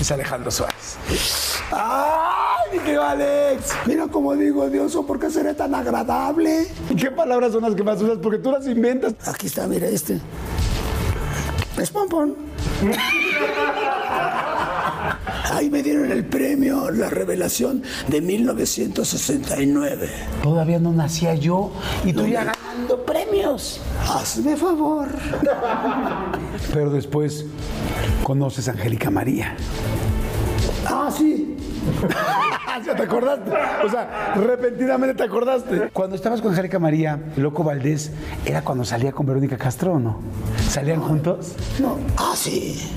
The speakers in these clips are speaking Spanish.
es Alejandro Suárez. ¡Ay, mi querido Alex! Mira cómo digo, Dios, ¿por qué seré tan agradable? ¿Y qué palabras son las que más usas? Porque tú las inventas. Aquí está, mira este. Es pompón. Ahí me dieron el premio La Revelación de 1969. Todavía no nacía yo y tú ya ganando premios. Hazme favor. Pero después conoces a Angélica María. Ah, sí. ya te acordaste. O sea, repentinamente te acordaste. Cuando estabas con Angélica María, Loco Valdés, era cuando salía con Verónica Castro, ¿o no? ¿Salían juntos? No. Ah, sí.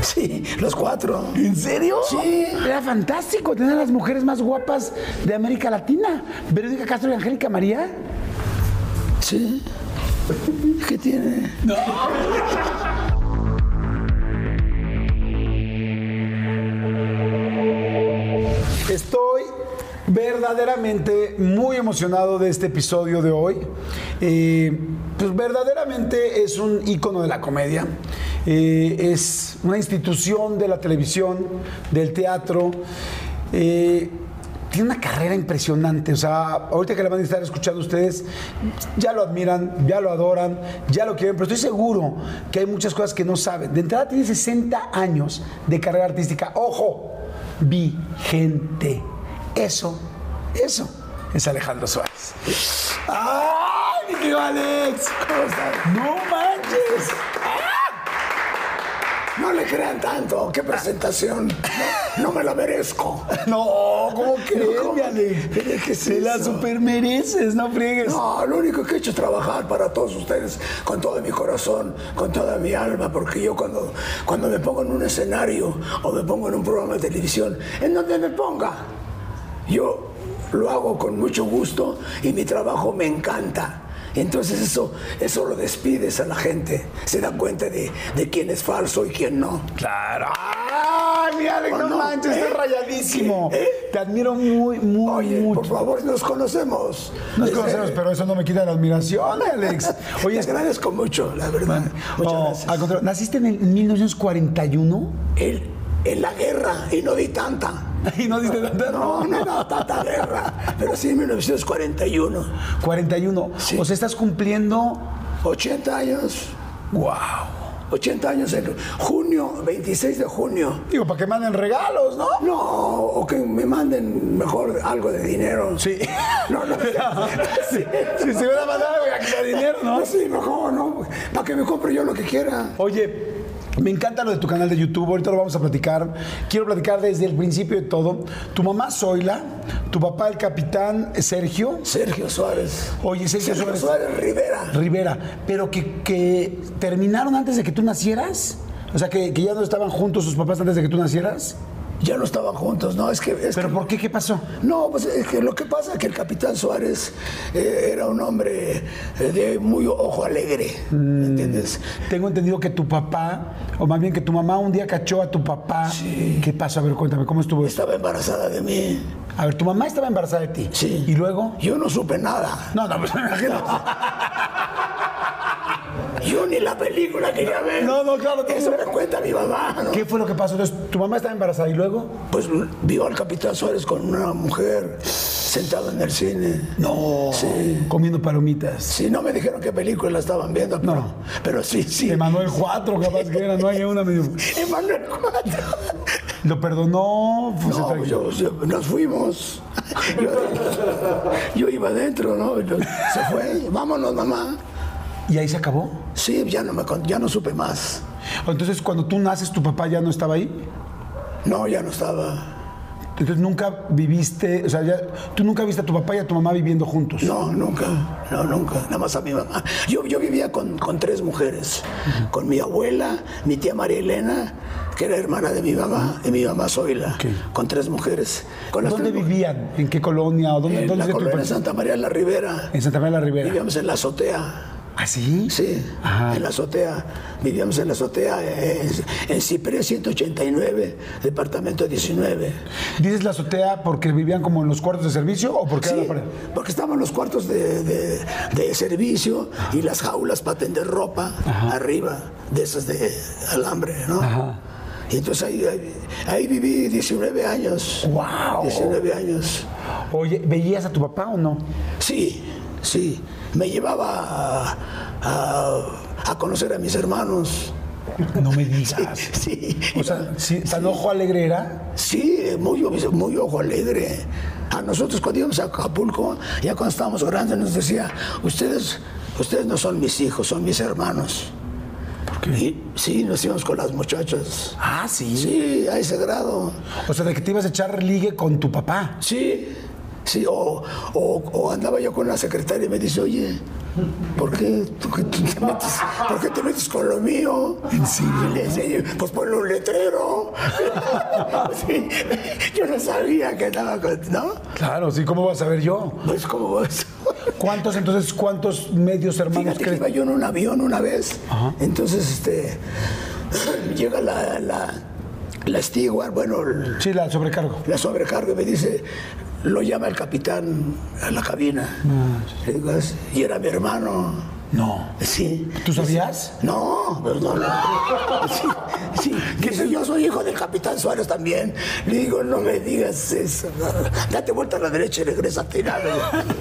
Sí, los cuatro. ¿En serio? Sí. Era fantástico tener a las mujeres más guapas de América Latina. Verónica Castro y Angélica María. Sí. ¿Qué tiene? Estoy verdaderamente muy emocionado de este episodio de hoy. Eh, pues verdaderamente es un ícono de la comedia. Eh, es una institución de la televisión, del teatro. Eh, tiene una carrera impresionante, o sea, ahorita que la van a estar escuchando ustedes, ya lo admiran, ya lo adoran, ya lo quieren, pero estoy seguro que hay muchas cosas que no saben. De entrada tiene 60 años de carrera artística, ojo, vigente. Eso, eso es Alejandro Suárez. ¡Ay, mi querido Alex! ¿Cómo estás? ¡No manches! No le crean tanto. Qué presentación. No, no me la merezco. No, ¿cómo crees, ¿cómo? mi Alex? Mira, ¿qué es Te la eso? super mereces, no friegues. No, lo único que he hecho es trabajar para todos ustedes con todo mi corazón, con toda mi alma, porque yo cuando, cuando me pongo en un escenario o me pongo en un programa de televisión, en donde me ponga, yo lo hago con mucho gusto y mi trabajo me encanta. Entonces eso, eso lo despides a la gente, se dan cuenta de, de quién es falso y quién no. Claro. ¡Ay, mi Alex, ¿O no, no? manches! ¿Eh? Estás rayadísimo. ¿Eh? Te admiro muy, muy, Oye, mucho. por favor, nos conocemos. Nos Desde- conocemos, pero eso no me quita la admiración, Alex. Oye, Te es- agradezco mucho, la verdad. Muchas no, gracias. al contrario, ¿naciste en el 1941? en, en la guerra, y no di tanta. Y no diste tanta. No, no, no, tanta guerra. Pero sí, en 1941. 41. Sí. O sea, estás cumpliendo. 80 años. ¡Wow! 80 años en junio, 26 de junio. Digo, para que manden regalos, ¿no? No, o que me manden mejor algo de dinero. Sí. No, no. sí, sí, se van a mandar a quitar dinero, ¿no? No, sí, mejor, ¿no? Para que me compre yo lo que quiera. Oye, me encanta lo de tu canal de YouTube, ahorita lo vamos a platicar. Quiero platicar desde el principio de todo. Tu mamá Zoila, tu papá el capitán Sergio. Sergio Suárez. Oye, Sergio, Sergio Suárez Suárez Rivera. Rivera, pero que, que terminaron antes de que tú nacieras. O sea, que, que ya no estaban juntos sus papás antes de que tú nacieras. Ya no estaban juntos, ¿no? Es que. es ¿Pero que- por qué? ¿Qué pasó? No, pues es que lo que pasa es que el capitán Suárez eh, era un hombre eh, de muy ojo alegre, Mm. ¿me ¿entiendes? Tengo entendido que tu papá, o más bien que tu mamá un día cachó a tu papá. ¿Qué pasó? A ver, cuéntame, ¿cómo estuvo eso? Estaba embarazada de mí, A ver, tu mamá estaba embarazada de ti. sí. ¿Y luego? Yo no supe nada. No, no, pues me imagino. Yo ni la película quería ver. No, no, claro, tú- Eso me cuenta mi mamá, ¿no? ¿Qué fue lo que pasó? Entonces, tu mamá estaba embarazada y luego. Pues vio al capitán Suárez con una mujer sentada en el cine. No. Comiendo palomitas. Sí, no me dijeron qué película estaban viendo, pero, No. pero sí, sí. De Manuel 4, capaz que era, no hay una medio. Emanuel Cuatro. Lo perdonó, pues, se No, tranquilizó. yo- yo- nos fuimos. Yo, yo iba adentro, ¿no? Yo- se fue. Vámonos, mamá. Y ahí se acabó. Sí, ya no, me, con- ya no supe más. Entonces, cuando tú naces, tu papá ya no estaba ahí. No, ya no estaba. Entonces, nunca viviste, o sea, ya- tú nunca viste a tu papá y a tu mamá viviendo juntos. No, nunca. No, nunca. Nada más a mi mamá. Yo, yo vivía con, con tres mujeres. Con mi abuela, mi tía María Elena, que era hermana de mi mamá, y mi mamá Zoila. Ok. Con tres mujeres. Con las ¿Dónde tres mu- vivían? ¿En qué colonia? ¿O dónde, En dónde la se tu colonia infancia? Santa María de la Rivera. En Santa María de la Rivera. Vivíamos en la azotea. ¿Ah, sí? Sí, Ajá. en la azotea, vivíamos en la azotea, eh, en, en Ciprés 189, departamento 19. ¿Dices la azotea porque vivían como en los cuartos de servicio o porque era Sí, la pared? porque estaban los cuartos de, de- de servicio y las jaulas para tender ropa arriba, de esas de alambre, ¿no? Y entonces ahí, ahí, ahí viví 19 años. Guau. 19 años. Oye, ¿veías a tu papá o no? Sí, sí. Me llevaba a, a- a conocer a mis hermanos. No me digas. Sí. O sea, sí, tan ojo alegre era. Sí, muy, muy ojo alegre. A nosotros cuando íbamos a Acapulco, ya cuando estábamos grandes, nos decía, ustedes, ustedes no son mis hijos, son mis hermanos. ¿Por Y sí, nos íbamos con las muchachas. Ah, sí. Sí, a ese grado. O sea, de que te ibas a echar ligue con tu papá. Sí, sí, o, o- o andaba yo con la secretaria y me dice, oye, ¿por qué, tú- que tú te, metes, ¿por qué te metes con lo mío? Y le decía, yo, pues ponle un letrero. Sí, yo no sabía que andaba con... ¿No? Claro, sí, ¿cómo vas a ver yo? Pues como eso. ¿Cuántos entonces, cuántos medios hermanos Fíjate que crees? iba yo en un avión una vez. Entonces, este, llega la, la, la steward, bueno, el- Sí, la sobrecargo. la sobrecarga y me dice, lo llama el capitán a la cabina. Le digo, "Es-". y era mi hermano. No. Sí. ¿Tú sabías? No, perdón. Sí, sí. Dice, yo soy hijo del capitán Suárez también. Le digo, no me digas eso. Date vuelta a la derecha y regrésate. y nada.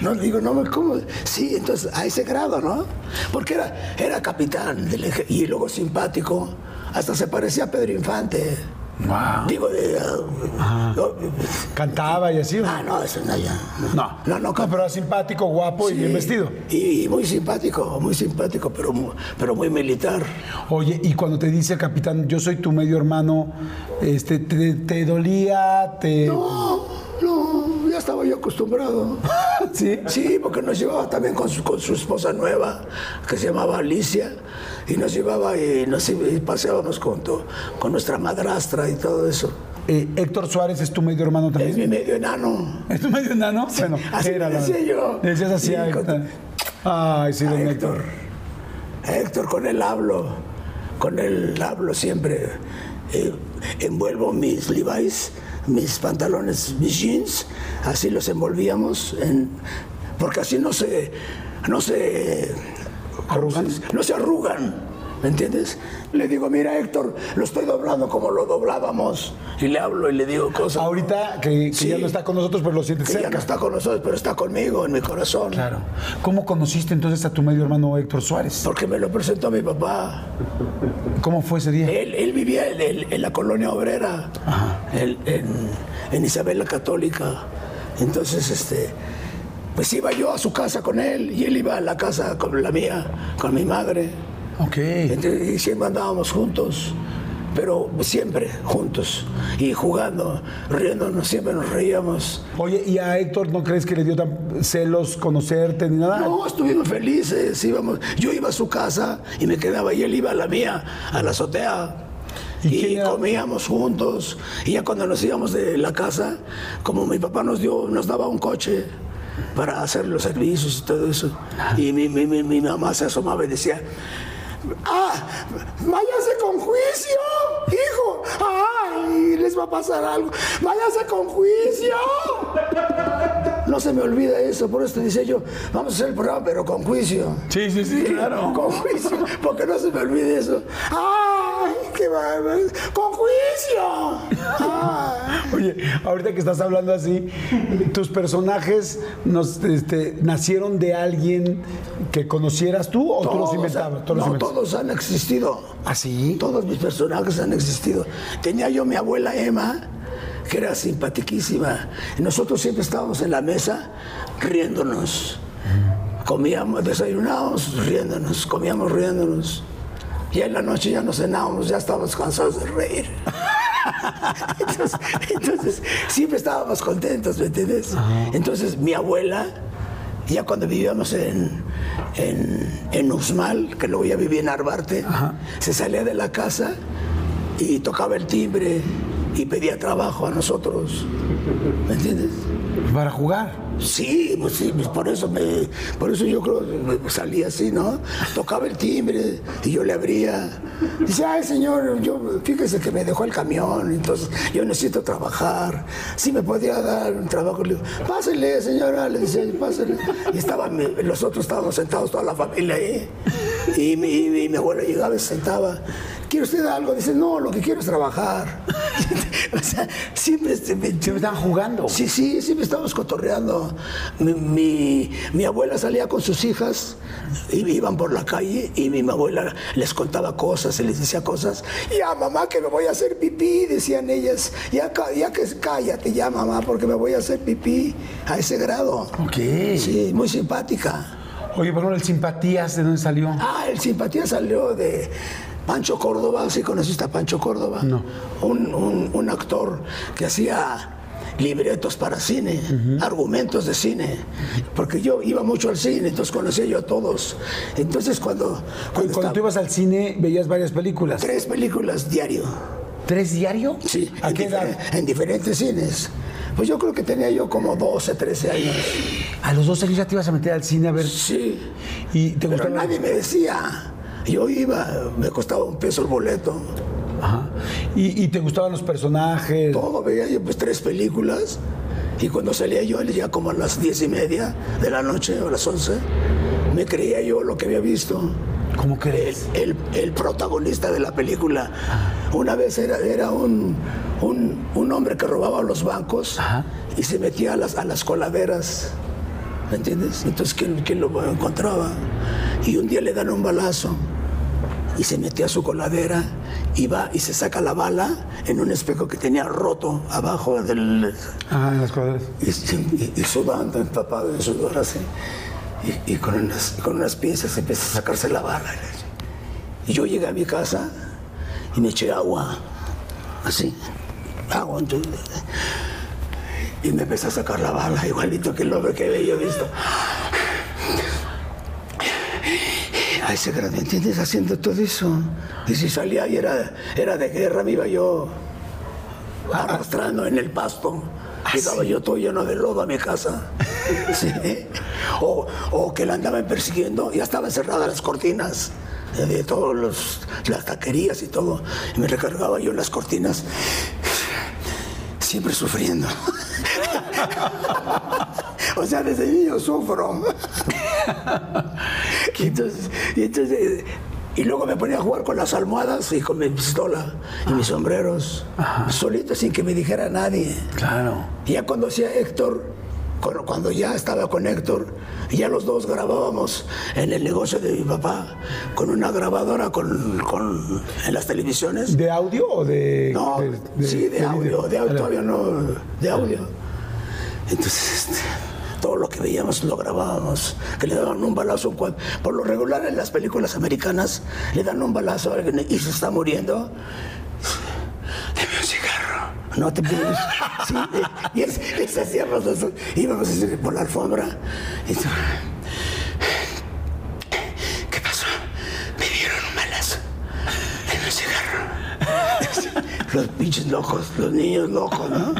No, le digo, no, me- ¿cómo? Sí, entonces, a ese grado, ¿no? Porque era, era capitán del eje- y luego simpático. Hasta se parecía a Pedro Infante. Wow. Digo, de, ah, no, Cantaba y así. ¿o? ah, no, eso no, ya. No. No, no, pero era simpático, guapo y bien vestido. Y, y muy simpático, muy simpático, pero, mu- pero muy militar. Oye, y cuando te dice el capitán, yo soy tu medio hermano, este, te, te dolía, te. No, no, ya estaba yo acostumbrado. ¿Sí? Sí, porque nos llevaba también con su, con su esposa nueva, que se llamaba Alicia, y nos llevaba y nos iba- y paseábamos con, to- con nuestra madrastra y todo eso. Eh, Héctor Suárez es tu medio hermano Es también. mi medio enano. ¿Es tu medio hermano? Bueno, Eh. así le la- decía yo. Le decías así Sí, a con- Héctor. Ay, sí, don Héctor. Héctor. Héctor, con él hablo. Con él hablo siempre. Eh, envuelvo mis Levi's, mis pantalones, mis jeans. Así los envolvíamos. en- porque así no se. No se. ¿cómo se dice? No se arrugan. ¿Me entiendes? Le digo, mira Héctor, lo estoy doblando como lo doblábamos. Y le hablo y le digo cosas. Ahorita que, que Sí. ya no está con nosotros, pero lo sientes que ya no cerca. está con nosotros, pero está conmigo, en mi corazón. Claro. ¿Cómo conociste entonces a tu medio hermano Héctor Suárez? Porque me lo presentó mi papá. ¿Cómo fue ese día? Él, él vivía en, en- en la colonia obrera, en, en- en Isabel la Católica. Entonces, este, pues iba yo a su casa con él y él iba a la casa con la mía, con mi madre. Ok. Entonces, y siempre andábamos juntos, pero siempre juntos y jugando, riéndonos, siempre nos reíamos. Oye, ¿y a Héctor no crees que le dio tan celos conocerte ni nada? No, estuvimos felices, íbamos. Yo iba a su casa y me quedaba y él iba a la mía, a la azotea. ¿Y Y, quién era? comíamos juntos. Y ya cuando nos íbamos de la casa, como mi papá nos dio, nos daba un coche para hacer los servicios y todo eso. Y mi, mi- mi- mi mamá se asomaba y decía, ¡ah! ¡Váyase con juicio! ¡Hijo! ¡Ay! Les va a pasar algo. ¡Váyase con juicio! No se me olvida eso, por eso te decía yo, vamos a hacer el programa, pero con juicio. Sí, sí, sí, Con juicio, porque no se me olvide eso. ¡Ay, qué bárbaro! ¡Con juicio! ¡Ay! Oye, ahorita que estás hablando así, tus personajes nos, este, nacieron de alguien que conocieras tú o tú los inventabas. Tú los no, inventas? todos han existido. ¿Ah, sí? Todos mis personajes han existido. Tenía yo mi abuela Emma, que era simpatiquísima. Nosotros siempre estábamos en la mesa riéndonos. Comíamos, desayunábamos riéndonos, comíamos riéndonos. Y en la noche ya no cenábamos, ya estábamos cansados de reír. entonces, entonces, siempre estábamos contentos, ¿me entiendes? Entonces mi abuela, ya cuando vivíamos en, en, en Uxmal, que luego ya viví en Arbarte, se salía de la casa y tocaba el timbre y pedía trabajo a nosotros, ¿me entiendes? Para jugar. Sí, pues sí, pues por eso me, por eso yo creo que me salí así, ¿no? Tocaba el timbre y yo le abría. Dice, ay señor, yo fíjese que me dejó el camión, entonces yo necesito trabajar. Si me podía dar un trabajo, le digo, pásele, señora, le decía, pásele. Y estaban, mi- los otros estábamos sentados toda la familia ahí. Y mi, y mi- mi abuelo llegaba y se sentaba. ¿Quiere usted algo? Dice, no, lo que quiero es trabajar. o sea, siempre... este, me- Siempre están jugando. Sí, sí, sí, me estábamos cotorreando. Mi, mi- mi abuela salía con sus hijas, y iban por la calle y mi abuela les contaba cosas y les decía cosas. Ya, mamá, que me voy a hacer pipí, decían ellas. Ya, ca- ya que cállate, ya, mamá, porque me voy a hacer pipí a ese grado. Ok. Sí, muy simpática. Oye, por ejemplo, el Simpatías, ¿de dónde salió? Ah, el simpatía salió de Pancho Córdoba, ¿sí conociste a Pancho Córdoba? No. Un, un- un actor que hacía libretos para cine, argumentos de cine, porque yo iba mucho al cine, entonces conocía yo a todos. Entonces cuando, Cuando, cuando tú estaba- ibas al cine, veías varias películas. tres películas diario, ¿Tres diario? sí, ¿A en, qué difer- edad? en diferentes cines. Pues yo creo que tenía yo como 12, 13 años. A los 12 años ya te ibas a meter al cine a ver. Sí. Y te Pero gustaba. nadie me decía. Yo iba, me costaba un peso el boleto. Ajá. Y, y te gustaban los personajes. Todo, veía yo pues tres películas. Y cuando salía yo, ya como a las diez y media de la noche o a las once, me creía yo lo que había visto. ¿Cómo El, crees? el- el protagonista de la película. Una vez era, era un, un, un hombre que robaba los bancos Ajá. y se metía a las, a las coladeras. ¿Me entiendes? Entonces, ¿quién, quién lo encontraba? Y un día le dan un balazo y se metió a su coladera y va y se saca la bala en un espejo que tenía roto abajo del... Ajá, en las cuadras. Y, y- y sudando, empapado de sudor así. Y, y con, unas, con unas pinzas empieza a sacarse la bala. Y yo llegué a mi casa y me eché agua, así, agua. entonces, Y me empecé a sacar la bala, igualito que el hombre que había yo visto. a ese grado, ¿me entiendes? Haciendo todo eso. Y si salía y era, era de guerra, me iba yo arrastrando en el pasto. Llegaba yo todo lleno de lodo a mi casa. Sí. O, o que la andaban persiguiendo, ya estaban cerradas las cortinas eh, de todas las taquerías y todo. Y me recargaba yo en las cortinas, siempre sufriendo. O sea, desde niño sufro. y entonces, y entonces, y luego me ponía a jugar con las almohadas y con mi pistola y mis sombreros, solito sin que me dijera nadie. Claro. Y ya cuando hacía Héctor, cuando, cuando ya estaba con Héctor, ya los dos grabábamos en el negocio de mi papá, con una grabadora con, con- en las televisiones. ¿De audio o de.? No, de- de- eh, sí, de, audio, video? de audio, Claro. todavía no, de audio. Entonces, este, todo lo que veíamos lo grabábamos, que le daban un balazo. cuan- Por lo regular en las películas americanas le dan un balazo a alguien y se está muriendo. Deme un cigarro. No te pides. Sí, y es, es así, arrastroso. íbamos así por la alfombra. Y tú, ¿Qué pasó? Me dieron un balazo. Deme un cigarro los pinches locos, los niños locos, ¿no?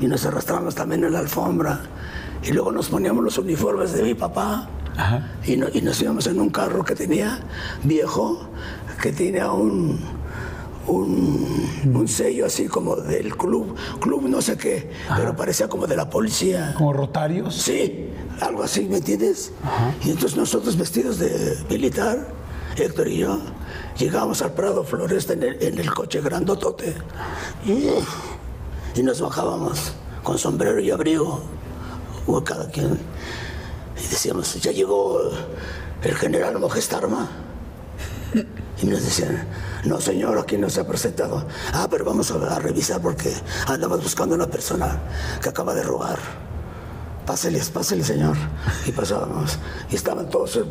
Y nos arrastramos también en la alfombra. Y luego nos poníamos los uniformes de mi papá. Ajá. Y, no- y nos íbamos en un carro que tenía viejo, que tenía un, un, un sello así como del club, club no sé qué, pero parecía como de la policía. ¿Como rotarios? Sí, algo así, ¿me entiendes? Y entonces nosotros vestidos de militar, Héctor y yo, llegamos al Prado Floresta en el, en el coche grandotote y, y nos bajábamos con sombrero y abrigo, o cada quien, y decíamos, ya llegó el general Mojestarma. Y nos decían, no señor, aquí no se ha presentado. Ah, pero vamos a, a revisar porque andamos buscando una persona que acaba de robar. Páseles, páseles, señor. Y pasábamos. Y estaban todos eh,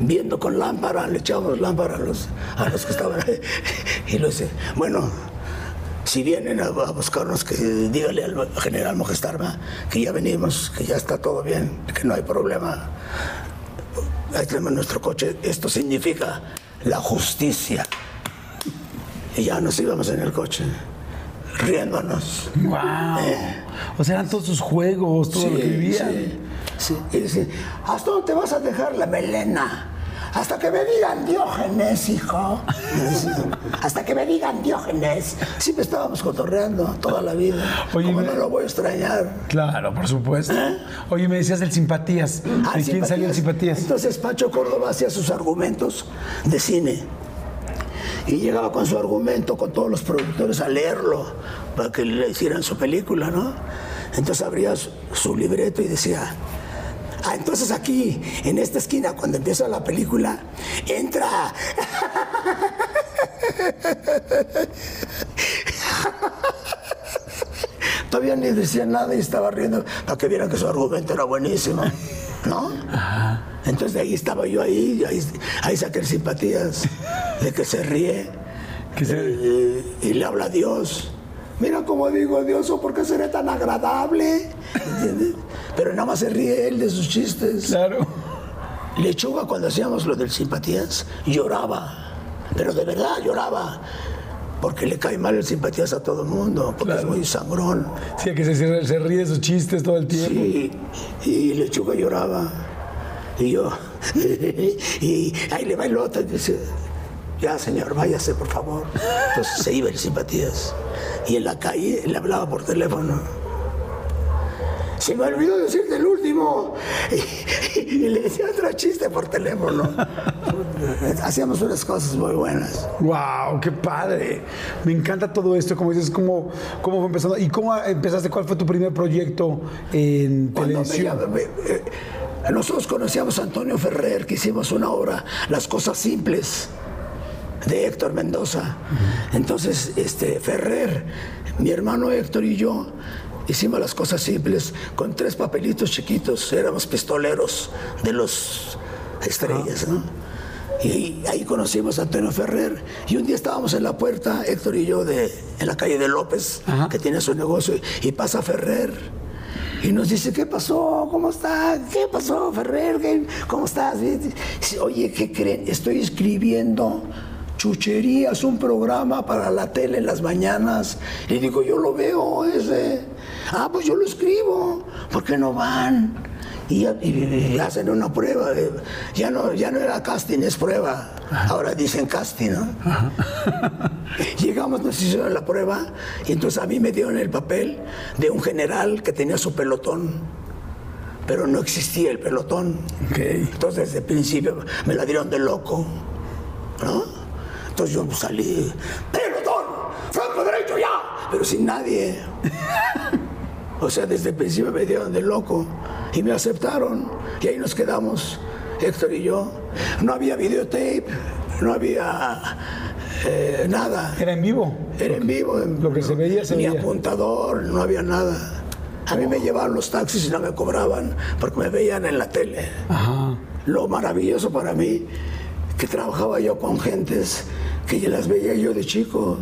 viendo con lámpara, le echábamos lámpara a los, a los que estaban ahí. Y lo dice, bueno, si vienen a, a buscarnos, que dígale al general Mojestarma que ya venimos, que ya está todo bien, que no hay problema. Ahí tenemos nuestro coche. Esto significa la justicia. Y ya nos íbamos en el coche, riéndonos. ¡Wow! Eh. O sea, eran todos sus juegos, todo lo que vivían. Sí, sí. Y dice, ¿hasta dónde te vas a dejar la melena? Hasta que me digan Diógenes, hijo. Hasta que me digan Diógenes. Siempre estábamos cotorreando toda la vida. Oye, ¿Cómo me- no lo voy a extrañar? Claro, por supuesto. Oye, me decías del Simpatías. ¿Eh? Ah, ¿De quién salió el Simpatías? Entonces Pacho Córdoba hacía sus argumentos de cine. Y llegaba con su argumento, con todos los productores a leerlo, para que le hicieran su película, ¿no? Entonces abría su, su libreto y decía, ah, entonces aquí, en esta esquina, cuando empieza la película, entra... Todavía ni decía nada y estaba riendo para que vieran que su argumento era buenísimo, ¿no? Entonces de ahí estaba yo ahí, ahí, ahí saqué el simpatías de que se ríe Que se- eh, y le habla a Dios. Mira cómo digo, Dios, ¿o ¿por qué seré tan agradable? ¿Entiendes? Pero nada más se ríe él de sus chistes. Claro. Lechuga, cuando hacíamos lo del simpatías, lloraba, pero de verdad lloraba, porque le cae mal el simpatías a todo el mundo, porque es muy sangrón. Sí, que se, cierra- se ríe de sus chistes todo el tiempo. Sí, y Lechuga lloraba. Y yo, y ahí le va el otro y dice, ya señor, váyase por favor. Entonces se iba el simpatías. Y en la calle le hablaba por teléfono. Se me olvidó decirte el último. Y, le decía otro chiste por teléfono. Hacíamos unas cosas muy buenas. ¡Wow! ¡Qué padre! Me encanta todo esto. Como dices, cómo, cómo fue empezando. ¿Y cómo empezaste? ¿Cuál fue tu primer proyecto en Cuando me televisión? llama- me- eh, nosotros conocíamos a Antonio Ferrer, que hicimos una obra, Las Cosas Simples, de Héctor Mendoza. Entonces, este, Ferrer, mi hermano Héctor y yo, hicimos Las Cosas Simples con tres papelitos chiquitos, éramos pistoleros de los estrellas, ¿no? Y ahí conocimos a Antonio Ferrer. Y un día estábamos en la puerta, Héctor y yo, de, en la calle de López, Ajá. que tiene su negocio, y pasa Ferrer. Y nos dice, ¿qué pasó? ¿Cómo está? ¿Qué pasó, Ferrer? ¿Qué- ¿Cómo estás? Y dice, Oye, ¿qué creen? Estoy escribiendo chucherías, un programa para la tele en las mañanas. Y digo, yo lo veo ese. Ah, pues yo lo escribo. ¿Por qué no van? Y, y- y hacen una prueba. de- ya, no, ya no era casting, es prueba. Ahora dicen casting, ¿no? Llegamos, nos hicieron la prueba y entonces a mí me dieron el papel de un general que tenía su pelotón, pero no existía el pelotón. Ok. Entonces desde el principio me la dieron de loco, ¿no? Entonces yo salí, pelotón, franco derecho ya, pero sin nadie. O sea, desde el principio me dieron de loco y me aceptaron. Y ahí nos quedamos, Héctor y yo. No había videotape, no había eh, nada. Era en vivo. Era en vivo. en- Lo que se veía, se Ni veía. apuntador, no había nada. A mí me llevaban los taxis y no me cobraban porque me veían en la tele. Ajá. Lo maravilloso para mí, que trabajaba yo con gentes que ya las veía yo de chico.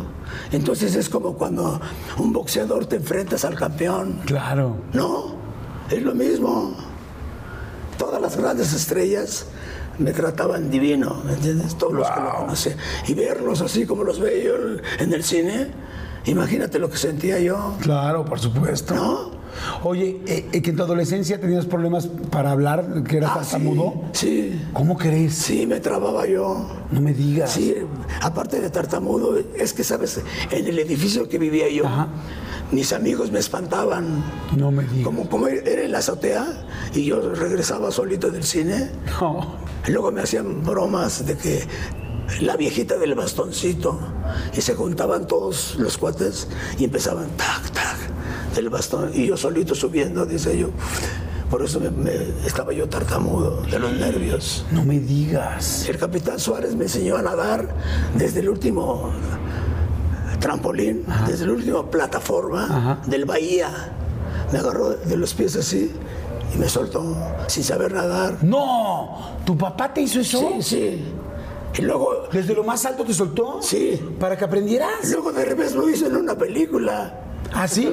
Entonces es como cuando un boxeador te enfrentas al campeón. Claro. No, es lo mismo. Todas las grandes estrellas me trataban divino, ¿me entiendes? Todos los que lo conocen. Y verlos así como los veía yo en el cine, imagínate lo que sentía yo, Claro, por supuesto. ¿no? Oye, eh, eh, que en tu adolescencia tenías problemas para hablar, que eras Ah, sí, tartamudo. Sí, ¿Cómo crees? sí, me trababa yo. No me digas. Sí, aparte de tartamudo, es que, ¿sabes? En el edificio que vivía yo, Ajá. mis amigos me espantaban. No me digas. Como, como era en la azotea y yo regresaba solito del cine, No. Luego me hacían bromas de que la viejita del bastoncito y se juntaban todos los cuates y empezaban tac, tac del bastón y yo solito subiendo, dice yo. Por eso me- me- estaba yo tartamudo de los nervios. No me digas. El capitán Suárez me enseñó a nadar desde el último trampolín, desde la última plataforma del Bahía. Me agarró de los pies así y me soltó sin saber nadar. No. ¿Tu papá te hizo eso? Sí, sí. Y luego, ¿Desde lo más alto te soltó? Sí. ¿Para que aprendieras? luego de revés lo hizo en una película. ¿Ah, sí?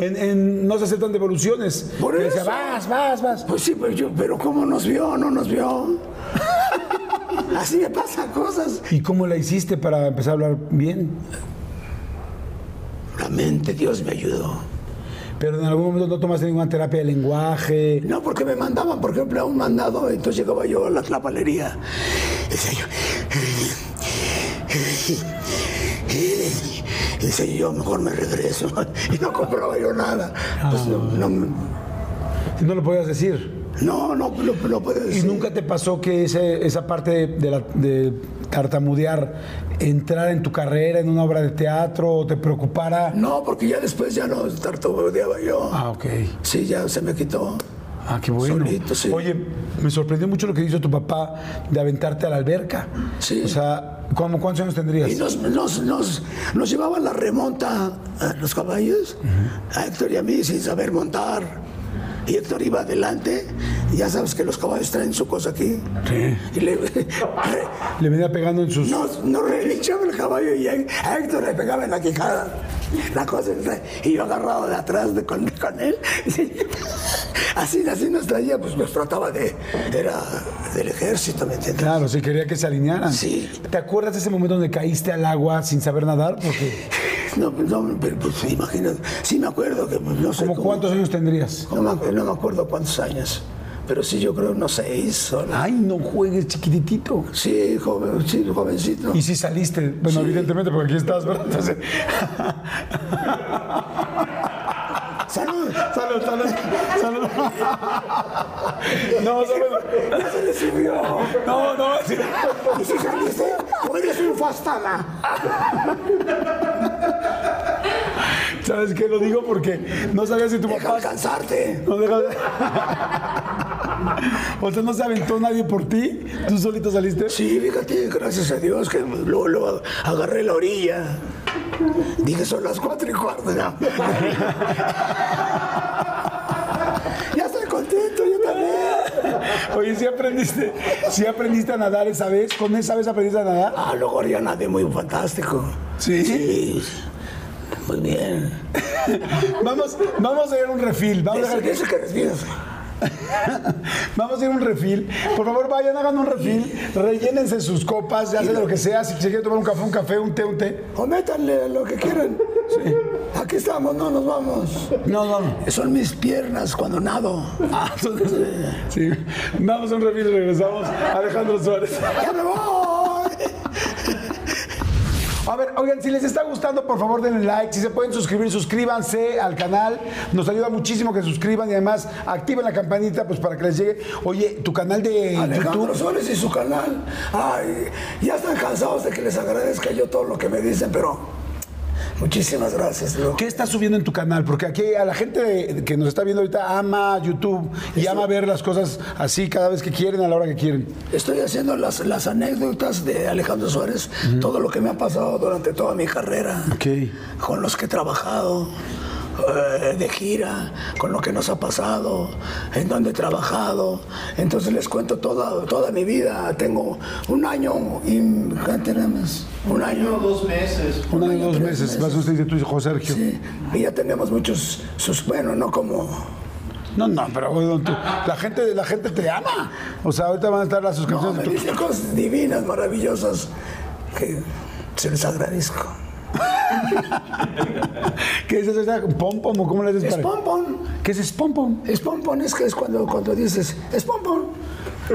En, en No se aceptan devoluciones. Por Le Decía, eso. vas, vas, vas. Pues sí, pues yo, pero ¿cómo nos vio? No nos vio. Así me pasan cosas. ¿Y cómo la hiciste para empezar a hablar bien? La mente, Dios me ayudó. Pero en algún momento no tomaste ninguna terapia de lenguaje. No, porque me mandaban, por ejemplo, a un mandado, entonces llegaba yo a la clapalería. Y decía yo, decía yo, mejor me regreso. Y no compraba yo nada. Pues no, Ah. no, No lo podías decir. no, no, no, no puedo ¿Y decir. nunca te pasó que ese- esa parte de, de la- de tartamudear entrara en tu carrera, en una obra de teatro, o te preocupara? No, porque ya después ya no tartamudeaba yo. Ah, ok. Sí, ya se me quitó. Ah, qué bueno. Solito, sí. Oye, me sorprendió mucho lo que hizo tu papá de aventarte a la alberca. Sí. O sea, ¿cómo- ¿cuántos años tendrías? Y nos, nos, nos, nos llevaban la remonta a los caballos, a Héctor y a mí, sin saber montar. Y Héctor iba adelante, y ya sabes que los caballos traen su cosa aquí. Y le, Le venía pegando en sus... nos, nos relinchaba el caballo y a a Héctor le pegaba en la quijada. La cosa, y yo agarrado de atrás de, con, con él. Así, así nos traía, pues nos trataba de. Era del ejército, ¿me entiendes? Claro, sí, quería que se alinearan. Sí. ¿Te acuerdas de ese momento donde caíste al agua sin saber nadar? Porque, No, no, pero pues imagínate. Sí me acuerdo que pues, no sé ¿Cómo cómo- cuántos años tendrías? No me, acu- no me acuerdo cuántos años, pero sí yo creo unos seis. o- Ay, no juegues chiquitito. Sí, joven, sí, jovencito. Y si saliste, bueno, evidentemente, porque aquí estás, ¿verdad? Entonces, Salud. salud, salud, salud. No, salud. Ya se le subió. No, no. sí. Y si saliste, hoy eres un fastana. ¿Sabes qué? Lo digo porque no sabía si tu Deja papá... alcanzarte. No deja de- O sea, no se aventó nadie por ti. Tú solito saliste. Sí, fíjate, gracias a Dios que luego, luego agarré la orilla. Dije, son las cuatro y cuarto. Ya, ya estoy contento, yo también. Oye, ¿sí aprendiste, sí aprendiste a nadar esa vez? ¿Con esa vez aprendiste a nadar? Ah, luego ya nadie muy fantástico. Sí. Sí, muy bien. Vamos, vamos a ir a un refil. Vamos a, Eso, dejar- eso que respiras. vamos a ir a un refil. Por favor, vayan, hagan un refil. Rellénense sus copas, ya sea de lo que sea. Si se quiere tomar un café, un café, un té, un té. O métanle lo que quieran. Aquí estamos, no nos vamos. No, no, no. Son mis piernas cuando nado. Ah, entonces, sí. Vamos a un refil y regresamos. Alejandro Suárez. ¡Ya me voy! A ver, oigan, si les está gustando, por favor denle like. Si se pueden suscribir, suscríbanse al canal. Nos ayuda muchísimo que se suscriban y además activen la campanita pues para que les llegue. Oye, tu canal de Alejandro YouTube. Suárez y su canal. Ay, ya están cansados de que les agradezca yo todo lo que me dicen, pero muchísimas gracias. Lu. ¿Qué estás subiendo en tu canal? Porque aquí a la gente de- que nos está viendo ahorita ama YouTube y ama ver las cosas así cada vez que quieren, a la hora que quieren. Estoy haciendo las, las anécdotas de Alejandro Suárez, todo lo que me ha pasado durante toda mi carrera. con los que he trabajado, eh, de gira, con lo que nos ha pasado, en donde he trabajado. Entonces les cuento toda, toda mi vida. Tengo un año y ¿qué tenemos? Un año. dos meses. Un año y dos tres meses. meses. Vas a usted y tú, José Sergio. Sí. Y ya tenemos muchos sus bueno, no como No, no, pero oigan, tú- la gente, la gente te ama. O sea, ahorita van a estar las no, suscripciones me de tu dicen cosas divinas, maravillosas que se les agradezco. ¿Qué es esa? ¿Pompom o cómo le dices? Es para- pompón, ¿Qué es pompom? es pompón, es que es cuando, cuando dices, es pompón.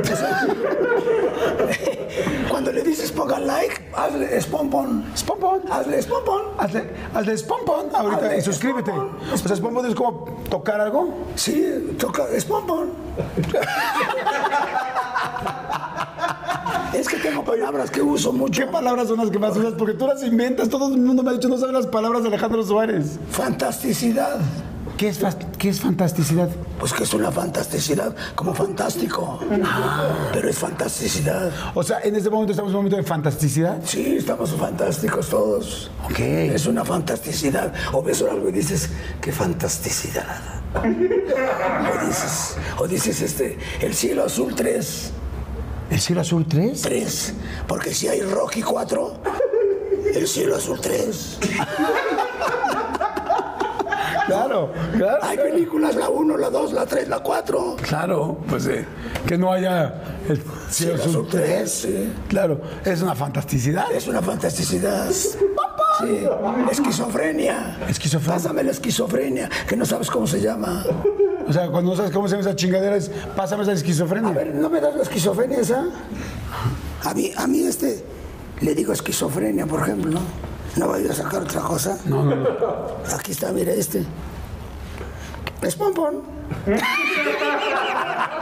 cuando le dices pongan like, hazle es pompón. Spompon. Hazle spompón. Hazle, hazle spompon ahorita Hazle y suscríbete. spompon. O sea, spompon es como tocar algo. Sí, toca spompón. es que tengo palabras que uso mucho. ¿Qué palabras son las que más usas? Porque tú las inventas. Todo el mundo me ha dicho no sabe las palabras de Alejandro Suárez. Fantasticidad. ¿Qué es, fas- qué es fantasticidad? Pues que es una fantasticidad, como fantástico. Pero es fantasticidad. O sea, en este momento estamos en un momento de fantasticidad. Sí, estamos fantásticos todos. Ok. Es una fantasticidad. O ves algo y dices, qué fantasticidad. O dices, o dices este, el cielo azul 3. ¿El cielo azul 3? 3. Porque si hay Rocky 4, el cielo azul 3. Claro, claro. Hay películas, la 1, la 2, la 3, la 4. Claro, pues eh, que no haya el cielo Cielo azul azul 3, sí. Claro, es una fantasticidad. Es una fantasticidad. Sí, Sí, esquizofrenia. Esquizofrenia. Pásame la esquizofrenia, que no sabes cómo se llama. O sea, cuando no sabes cómo se llama esa chingadera, es pásame esa esquizofrenia. A ver, ¿no me das la esquizofrenia esa? A mí, a mí este, le digo esquizofrenia, por ejemplo. ¿No voy a sacar otra cosa? No, no, Aquí está, mira este. Es pompón.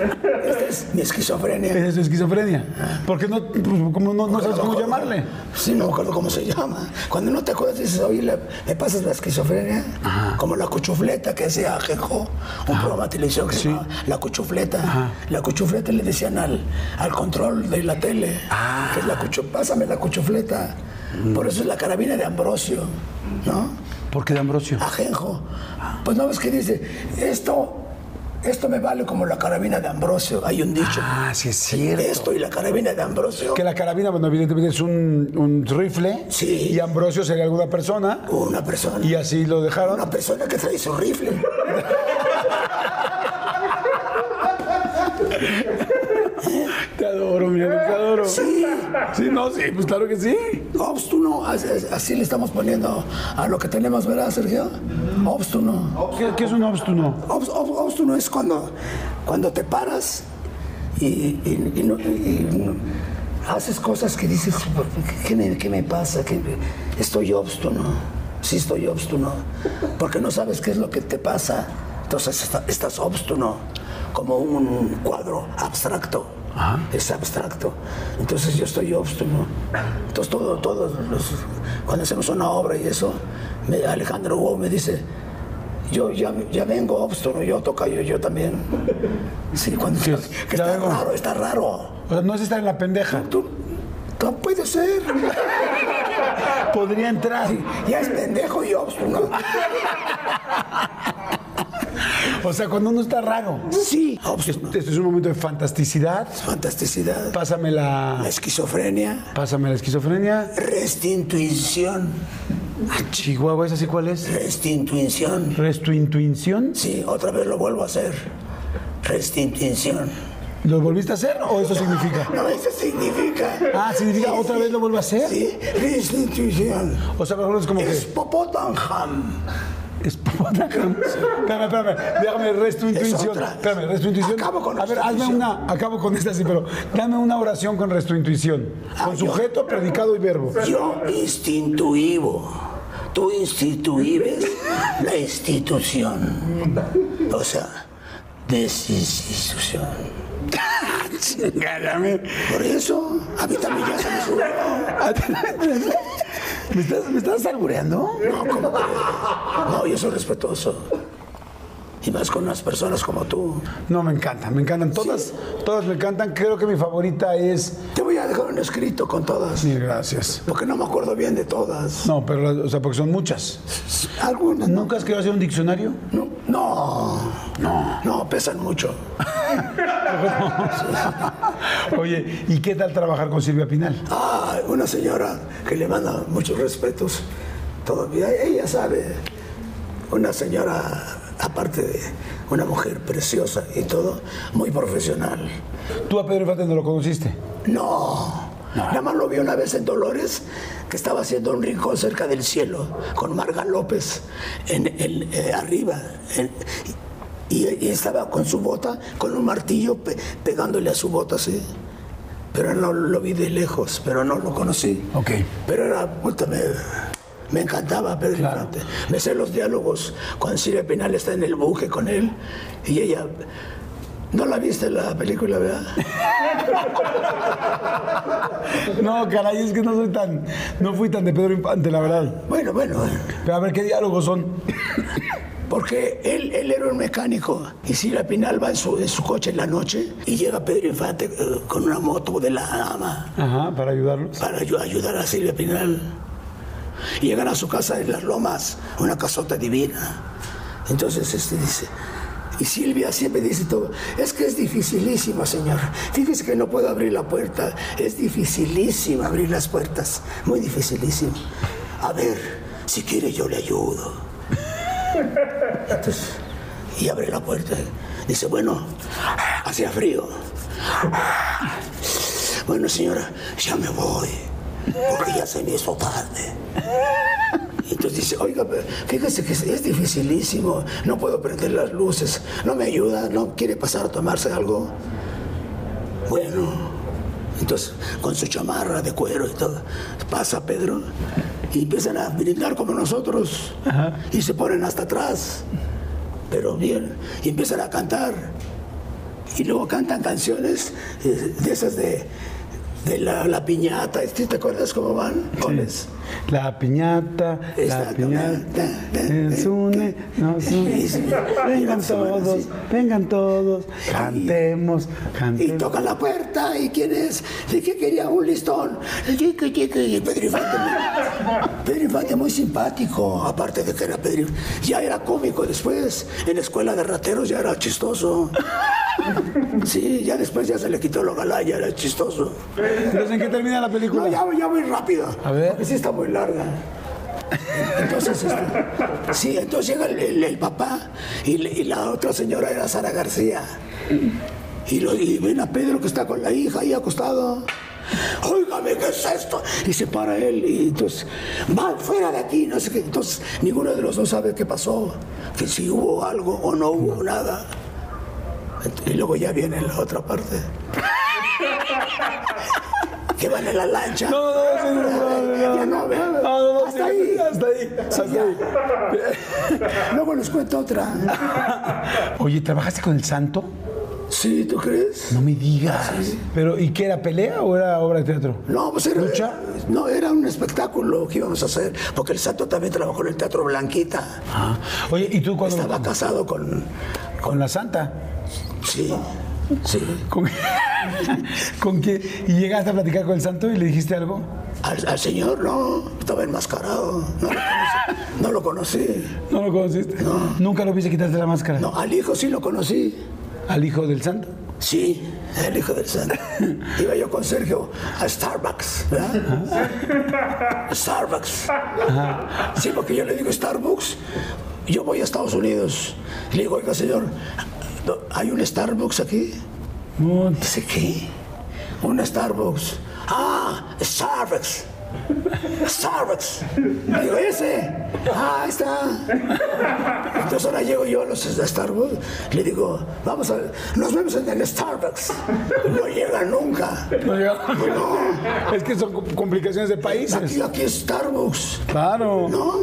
Esta Este es mi esquizofrenia. Esa es esquizofrenia. Porque no, pues, como no, no sabes cómo me acuerdo. llamarle. Sí, no me acuerdo cómo se llama. Cuando no te acuerdas, dices, oye, le- ¿me pasas la esquizofrenia? Como la cuchufleta que hacía Ajejo, un programa de televisión que se llamaba La Cuchufleta. La cuchufleta le decían al, al control de la tele, Ah. que es la cuchu, pásame la cuchufleta. Mm. Por eso es la carabina de Ambrosio, ¿no? ¿Por qué de Ambrosio? Ajenjo. Pues no ves que dice, esto, esto me vale como la carabina de Ambrosio. Hay un dicho. Ah, sí es cierto. Esto y la carabina de Ambrosio. Que la carabina, bueno, evidentemente es un, un rifle. Sí. Y Ambrosio sería alguna persona. Una persona. Y así lo dejaron. Una persona que trae su rifle. Te adoro, mi amor, te adoro. Sí. Sí, no, sí, pues claro que sí. No, pues tú no. Así, así le estamos poniendo a lo que tenemos, ¿verdad, Sergio? Ops, tú no. ¿Qué, qué es un obstuno? Ops, ops, ops, tú no es cuando, cuando te paras y, y- y no- y no- haces cosas que dices, "¿Por qué- ¿qué me, qué me pasa? ¿Qué me- estoy obstuno. Sí, estoy obstuno. Porque no sabes qué es lo que te pasa. Entonces está- estás obstuno, como un cuadro abstracto. Es abstracto. Entonces yo estoy obstuno. Entonces todo, todos los- cuando hacemos una obra y eso, me- Alejandro Gómez me dice, yo ya, ya vengo obstuno, yo toca yo, yo también. Sí, cuando Sí, que ya está vengo. raro, está raro. O sea, no es estar en la pendeja. Tú, no puede ser. Podría entrar. Ya es pendejo y pues, obstuno. O sea, cuando uno está raro. Sí, Ah, obstuno. Este es un momento de fantasticidad. Fantasticidad, Pásame la. la esquizofrenia, Pásame la esquizofrenia. restintuición, Ah, Chihuahua, ¿esa sí cuál es? restintuición. ¿Restuintuición? Sí, otra vez lo vuelvo a hacer. Restintuición. ¿Lo volviste a hacer o eso significa? No, eso significa. Ah, significa otra vez lo vuelvo a hacer. Sí, restintuición. O sea, por ejemplo, es como Es que. Popotanham. Es Popotanham. Espérame, espérame. Déjame Es restuintuición. otra. Espérame, restuintuición. Acabo con A ver, hazme restuintuición. una. Acabo con esta sí, pero dame una oración con restuintuición. Con sujeto, predicado y verbo. Yo instituivo. Tú instituibes la institución. O sea, desinstitución. Por eso, a mí también ya se me subió. ¿Me estás, ¿Me estás albureando? No, ¿cómo crees? No, yo soy respetuoso. Y más con unas personas como tú. No, me encantan, me encantan. Todas, todas me encantan. Creo que mi favorita es. Te voy a dejar un escrito con todas. Mil gracias. Porque no me acuerdo bien de todas. No, pero, las- o sea, porque son muchas. Algunas. No, ¿Nunca has querido hacer un diccionario? no, no. No, pesan mucho. Oye, ¿y qué tal trabajar con Silvia Pinal? Ah, una señora que le manda muchos respetos todavía. Ella sabe, una señora, aparte de una mujer preciosa y todo, muy profesional. Tú a Pedro Infante no lo conociste. No, nada más lo vi una vez en Dolores, que estaba haciendo un rincón cerca del cielo, con Marga López, en, el eh, arriba. en- y, y estaba con su bota, con un martillo pe- pegándole a su bota, sí. Pero no lo vi de lejos, pero no lo conocí. Ok. Pero era, puta, me, me encantaba Pedro Claro. Infante. Me sé los diálogos cuando Silvia Pinal está en el buque con él y ella. No la viste la película, ¿verdad? No, caray, es que no soy tan. No fui tan de Pedro Infante, la verdad. Bueno, bueno. Pero a ver, ¿qué diálogos son? Porque él, él era un mecánico y Silvia Pinal va en su, en su coche en la noche y llega Pedro Infante eh, con una moto de la ama. Ajá, para ayudarlos. para ayu- ayudar a Silvia Pinal. Y llegan a su casa en las lomas, una casota divina. Entonces este dice, y Silvia siempre dice todo, es que es dificilísimo, señor. Fíjese que no puedo abrir la puerta, es dificilísimo abrir las puertas, muy dificilísimo. A ver, si quiere yo le ayudo. Entonces, y abre la puerta. Dice, bueno, hacía frío. Bueno, señora, ya me voy. porque ya se me hizo tarde. Entonces dice, oiga, pero fíjese que es dificilísimo, no puedo prender las luces, no me ayuda, no quiere pasar a tomarse algo. Bueno, entonces con su chamarra de cuero y todo, pasa Pedro y empiezan a brindar como nosotros y se ponen hasta atrás, pero bien, y empiezan a cantar y luego cantan canciones eh, de esas de, de la, la piñata, ¿sí ¿te acuerdas cómo van? ¿Cuáles? La piñata, la piñata, Exactamente. nos une, nos une. Sí, sí. Vengan Sí, bueno, todos, sí. vengan todos, cantemos, Y cantemos. toca la puerta, ¿y quién es? ¿De qué quería? Un listón. Chiqui, chiqui. Y Pedro Infante, muy- Pedro Infante muy simpático, aparte de que era Pedro Inf- Ya era cómico después, en la escuela de rateros ya era chistoso. Sí, ya después ya se le quitó lo galán, ya era chistoso. Entonces, ¿en qué termina la No, película? ya, ya voy rápido. A ver. Porque sí está muy larga. Entonces, este, sí, entonces llega el, el- el papá y, le- y la otra señora era Sara García. Y, lo, y ven a Pedro que está con la hija ahí acostado. Óigame, ¿qué es esto? Y se para él y entonces, va fuera de aquí, no sé qué. Entonces, ninguno de los dos sabe qué pasó, que si hubo algo o no hubo nada. Y luego ya viene la otra parte. que van en la lancha. No, no, sí, no, no, no, Ya no, vean. no, no, no, Hasta sí, ahí. Hasta ahí, hasta ahí. Luego les cuento otra. Oye, ¿trabajaste con el santo? Sí, ¿tú crees? No me digas. Pero, ¿y qué era pelea o era obra de teatro? No, pues era, ¿Lucha? no, era un espectáculo que íbamos a hacer, porque el santo también trabajó en el Teatro Blanquita. Ah. Oye, ¿y tú cuando Estaba casado con... con la santa? Sí, sí. ¿Con, ¿Con qué? ¿Y llegaste a platicar con el santo y le dijiste algo? Al, al señor no, estaba enmascarado. No lo conocí. No lo conocí. ¿No lo conociste? ¿Nunca lo viste quitarte la máscara? No, al hijo sí lo conocí. ¿Al hijo del santo? Sí, el hijo del santo. Iba yo con Sergio a Starbucks, ¿verdad? Starbucks. Sí, porque yo le digo Starbucks, yo voy a Estados Unidos. Y le digo, oiga, señor, ¿no- ¿hay un Starbucks aquí? No. Dice, ¿qué? Un Starbucks. Ah, Starbucks. Starbucks. Le Digo, ese. Ah, ahí está. Entonces ahora llego yo a los Starbucks, le digo, vamos a, nos vemos en el Starbucks. No llega nunca. No llegaba. Es que son com- complicaciones de países. Aquí, aquí es Starbucks, Claro. ¿no?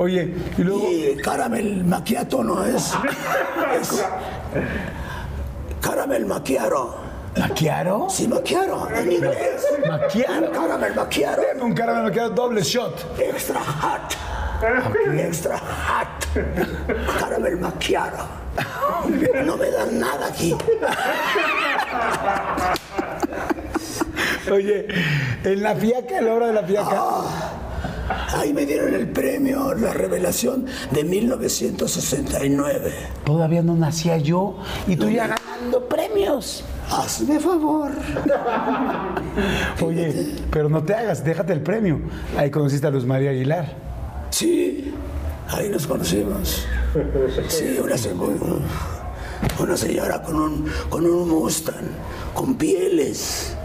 Oye, y luego. Y caramel macchiato no es. es caramel macchiaro. ¿Maquiaro? Sí, macchiaro, en inglés. ¿Maquiaro? Caramel macchiaro. Un caramelo que era doble shot. Extra hot. Extra hot. Caramel macchiato. No me dan nada aquí. Oye, en la fiaca, en la hora de la fiaca. Ahí me dieron el premio La Revelación de 1969. Todavía no nacía yo y tú ya ganando premios. Hazme favor. Oye, pero no te hagas, déjate el premio. Ahí conociste a Luz María Aguilar. Sí, ahí nos conocimos. Sí, una, se- una señora con un, con un Mustang, con pieles.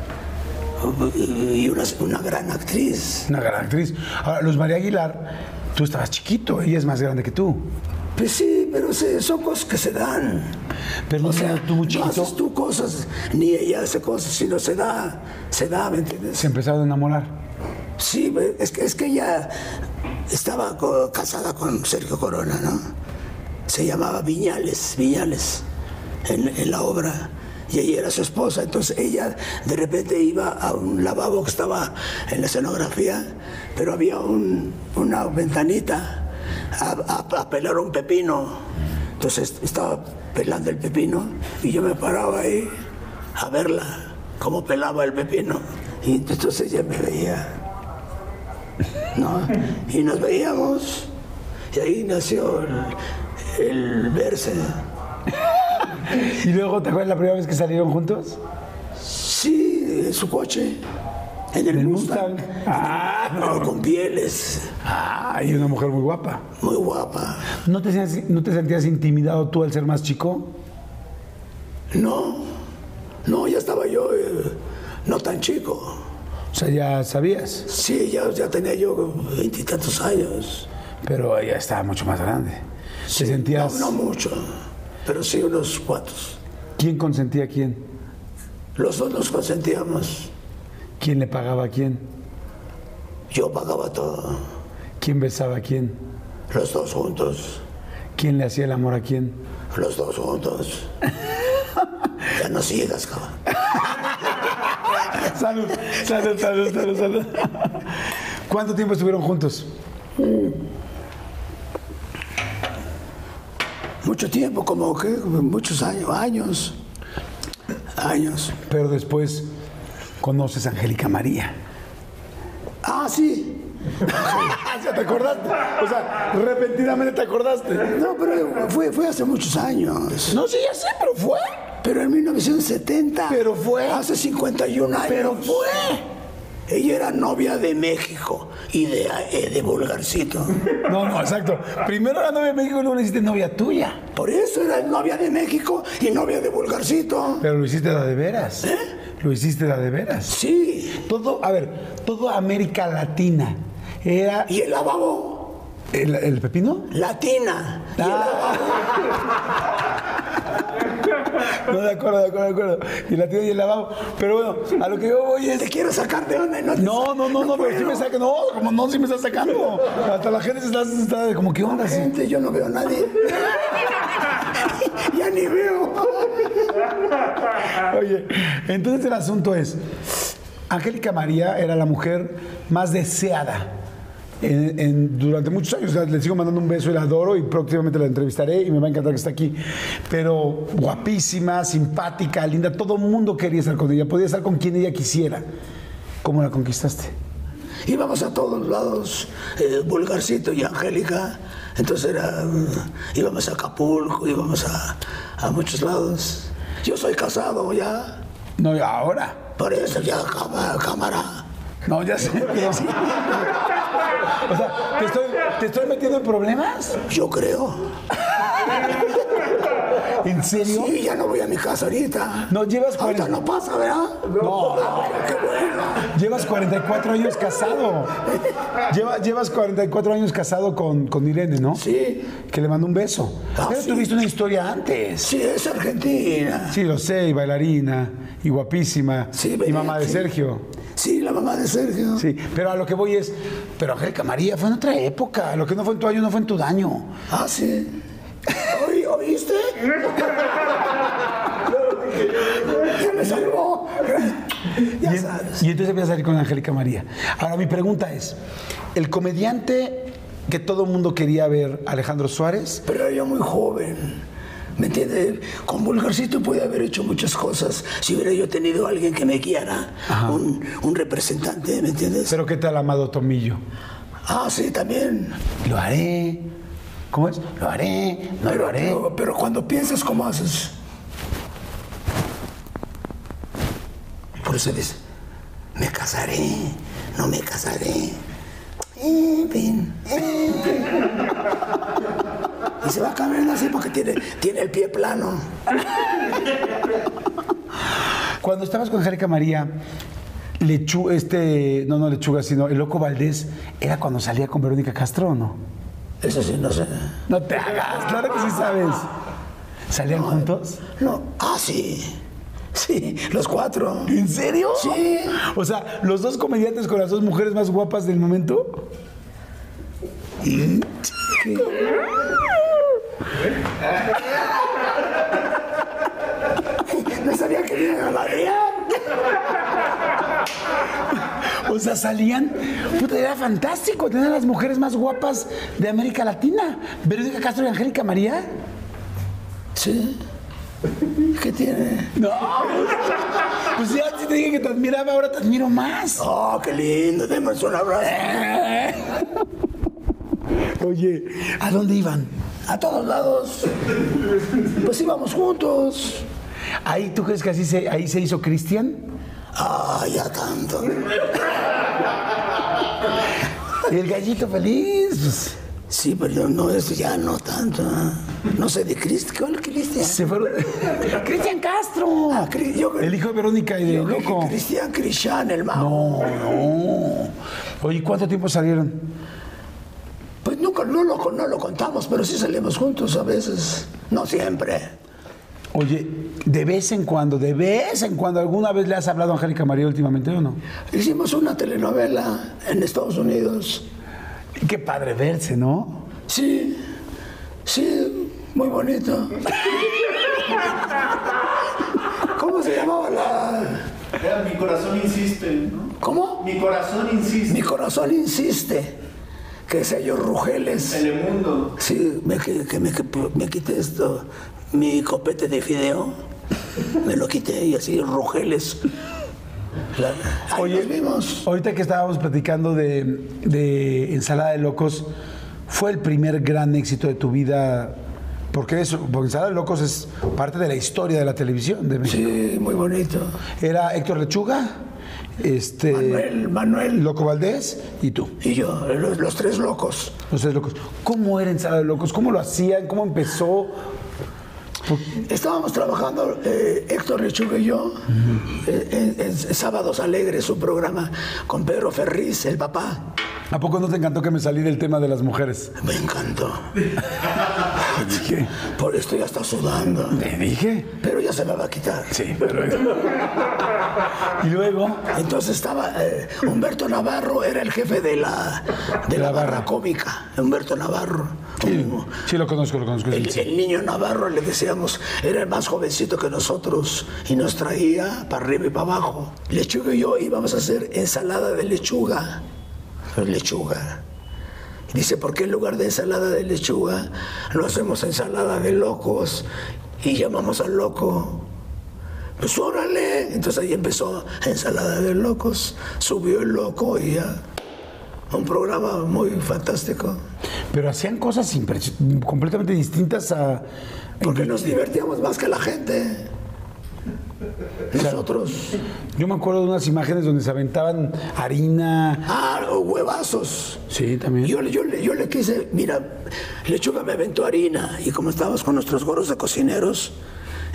Y una, una gran actriz. Una gran actriz. Ahora, Luz María Aguilar, tú estabas chiquito, ella es más grande que tú. Pues sí, pero se- son cosas que se dan. Pero no O se sea, dan tú muy no chiquito. haces tú cosas, ni ella hace cosas, sino se da, se da, ¿me entiendes? Se empezaron a enamorar. Sí, ve- es que, es que ella estaba co- casada con Sergio Corona, ¿no? Se llamaba Viñales, Viñales, en, en la obra. Y ella era su esposa, entonces ella de repente iba a un lavabo que estaba en la escenografía, pero había un- una ventanita a, a- a pelar un pepino. Entonces estaba pelando el pepino y yo me paraba ahí a verla, cómo pelaba el pepino. Y entonces ella me veía. ¿no? Y nos veíamos. Y ahí nació el, el verse. Y luego, ¿te acuerdas la primera vez que salieron juntos? Sí, en su coche. En el, Mustang. Mustang. Ah, Pero con pieles. Ah, y una mujer muy guapa. Muy guapa. ¿No te, sentías, ¿No te sentías intimidado tú al ser más chico? No. No, ya estaba yo eh, no tan chico. O sea, ya sabías, Sí, ya, ya tenía yo veintitantos años. pero ella estaba mucho más grande. Sí, ¿Te sentías? No, no mucho, pero sí unos cuantos. ¿Quién consentía a quién? Los dos nos consentíamos. ¿Quién le pagaba a quién? Yo pagaba todo. ¿Quién besaba a quién? Los dos juntos. ¿Quién le hacía el amor a quién? Los dos juntos. Ya no sigas, cabrón. Salud, salud, salud, salud, salud. ¿Cuánto tiempo estuvieron juntos? Mucho tiempo, como que muchos años, años, años. Pero después conoces a Angélica María. Ah, sí. Ya te acordaste. O sea, repentinamente te acordaste. No, pero fue, fue hace muchos años. No, sí, ya sé, pero fue. Pero en 1970. Pero fue. Hace 51 años. Pero fue. Ella era novia de México y de, eh, de Vulgarcito. No, no, exacto. Primero era novia de México y luego le hiciste novia tuya. Por eso era novia de México y novia de Vulgarcito. Pero lo hiciste la de veras. Lo hiciste la de veras. Sí. Todo, a ver, toda América Latina era. Y el lavabo, ¿El, el pepino? Ah. latina. Y el lavabo, No, de acuerdo, de acuerdo, de acuerdo. Y la tía y el lavabo. Pero bueno, a lo que yo voy es. te quiero sacar de onda. y No, te No, sa- no, no, no, pero sí puedo. me saca. No, como no, sí me está sacando. Hasta la gente se está, se está como, ¿qué onda? Sí? Gente, yo no veo a nadie. ya ni veo. Oye, entonces el asunto es, Angélica María era la mujer más deseada en- en- durante muchos años. O sea, le sigo mandando un beso y la adoro y próximamente la entrevistaré y me va a encantar que esté aquí. Pero guapísima, simpática, linda, todo el mundo quería estar con ella, podía estar con quien ella quisiera. ¿Cómo la conquistaste? Íbamos a todos lados, eh, Vulgarcito y Angélica. Entonces era, mm, íbamos a Acapulco, íbamos a, a muchos lados. Yo soy casado ya, No, y ahora. por eso ya cámara. cámara. No, ya sé. pero- O sea, ¿te estoy, ¿te estoy metiendo en problemas? Yo creo. ¿En serio? Sí, ya no voy a mi casa ahorita. No, llevas Ahorita 40 no pasa, ¿verdad? No. Ah, qué bueno. Llevas 44 años casado. Lleva- llevas 44 años casado con, con Irene, ¿no? Sí, Que le mandó un beso. Ah, Pero sí. tuviste una historia antes. sí, es Argentina. Sí, lo sé, y bailarina, y guapísima, Sí, y ¿verdad? mamá de Sí. Sergio. Sí, la mamá de Sergio. Sí, pero a lo que voy es, pero Angélica María fue en otra época. Lo que no fue en tu año no fue en tu daño. Ah, sí. ¿Oí- ¿Oíste? ya me salvó. y, Ya en- sabes. y entonces voy a salir con Angélica María. Ahora, mi pregunta es, el comediante que todo el mundo quería ver, Alejandro Suárez, Pero era yo muy joven. ¿Me entiendes? Con Vulgarcito pude haber hecho muchas cosas si hubiera yo tenido a alguien que me guiara, un, un representante, ¿me entiendes? pero ¿qué tal Amado Tomillo? Ah, sí, también. Lo haré. ¿Cómo es? Lo haré, no lo Pero, haré. pero- pero cuando piensas, ¿cómo haces? Por eso dices, me casaré, no me casaré. Eh, En fin, en fin. Y se va caminando así porque tiene, tiene el pie plano. Cuando estabas con Angélica María, Lechu, este, no, no Lechuga, sino el Loco Valdés, era cuando salía con Verónica Castro, ¿o ¿no? Eso sí, no sé. No te hagas, claro que sí sabes. ¿Salían juntos? No, ah, sí. Sí, los cuatro. ¿En serio? Sí. O sea, los dos comediantes con las dos mujeres más guapas del momento. No sabía que iban a ladear. O sea, salían. Puta, era fantástico tener a las mujeres más guapas de América Latina. Verónica Castro y Angélica María. Sí. ¿Qué tiene? No, pues ya si te dije que te admiraba, ahora te admiro más. Oh, qué lindo. Demos un abrazo. Oye, ¿a dónde iban? A todos lados. Pues íbamos juntos. ¿Ahí tú crees que así se, ahí se hizo Cristian? Ah, ya tanto. El gallito feliz. pues. Sí, pero no es ya no tanto. ¿ah? No sé de Cristian. ¿Cuál es Cristian? Se fueron- Cristian Castro. Ah, Cri- yo creo- El hijo de Verónica y de yo creo que Loco. Cristian Cristian, el mago. No, no. Oye, ¿cuánto tiempo salieron? Pues nunca, no lo, no lo contamos, pero sí salimos juntos a veces. No siempre. Oye, de vez en cuando, de vez en cuando, ¿alguna vez le has hablado a Angélica María últimamente o no? Hicimos una telenovela en Estados Unidos. Qué padre verse, ¿no? Sí, sí, muy bonito. ¿Cómo se llamaba la...? Era, mi corazón insiste, ¿no? ¿Cómo? Mi corazón Mi insiste. corazón insiste. Que sé yo, Rugeles. Telemundo. Sí, me, qui- que me, que me quite esto, mi copete de fideo. Me lo quité y así, Rugeles. La- ahí Oye, nos vimos. Ahorita que estábamos platicando de, de Ensalada de Locos, ¿fue el primer gran éxito de tu vida? Porque, eso, porque Ensalada de Locos es parte de la historia de la televisión de México. Sí, muy bonito. Era Héctor Lechuga, este, Manuel, Manuel Loco Valdés y tú, y yo, los, los tres locos. los tres locos. ¿Cómo era Ensalada de Locos? ¿Cómo lo hacían? ¿Cómo empezó? Estábamos trabajando, eh, Héctor Lechuga y yo, eh, en, en Sábados Alegres, un programa con Pedro Ferriz, el papá. ¿A poco no te encantó que me salí del tema de las mujeres? Me encantó. Dije, Por esto ya está sudando. te dije. Pero ya se me va a quitar. Sí, pero... y luego... Entonces estaba eh, Humberto Navarro, era el jefe de la, de la, barra. cómica. Humberto Navarro. Un- Sí, lo conozco, lo conozco. sí, el, sí. el niño Navarro le decíamos, era el más jovencito que nosotros y nos traía para arriba y para abajo. Lechuga y yo íbamos a hacer ensalada de lechuga. Lechuga. Y dice, ¿por qué en lugar de ensalada de lechuga no hacemos ensalada de locos y llamamos al loco? Pues órale. Entonces ahí empezó ensalada de locos. Subió el loco y ya. Un programa muy fantástico. Pero hacían cosas impresio- completamente distintas a... Porque nos divertíamos más que la gente. Nosotros. Yo me acuerdo de unas imágenes donde se aventaban harina. Ah, los huevazos. Sí, también. Yo, le- yo, le- yo le quise, mira, Lechuga me aventó harina y como estábamos con nuestros gorros de cocineros,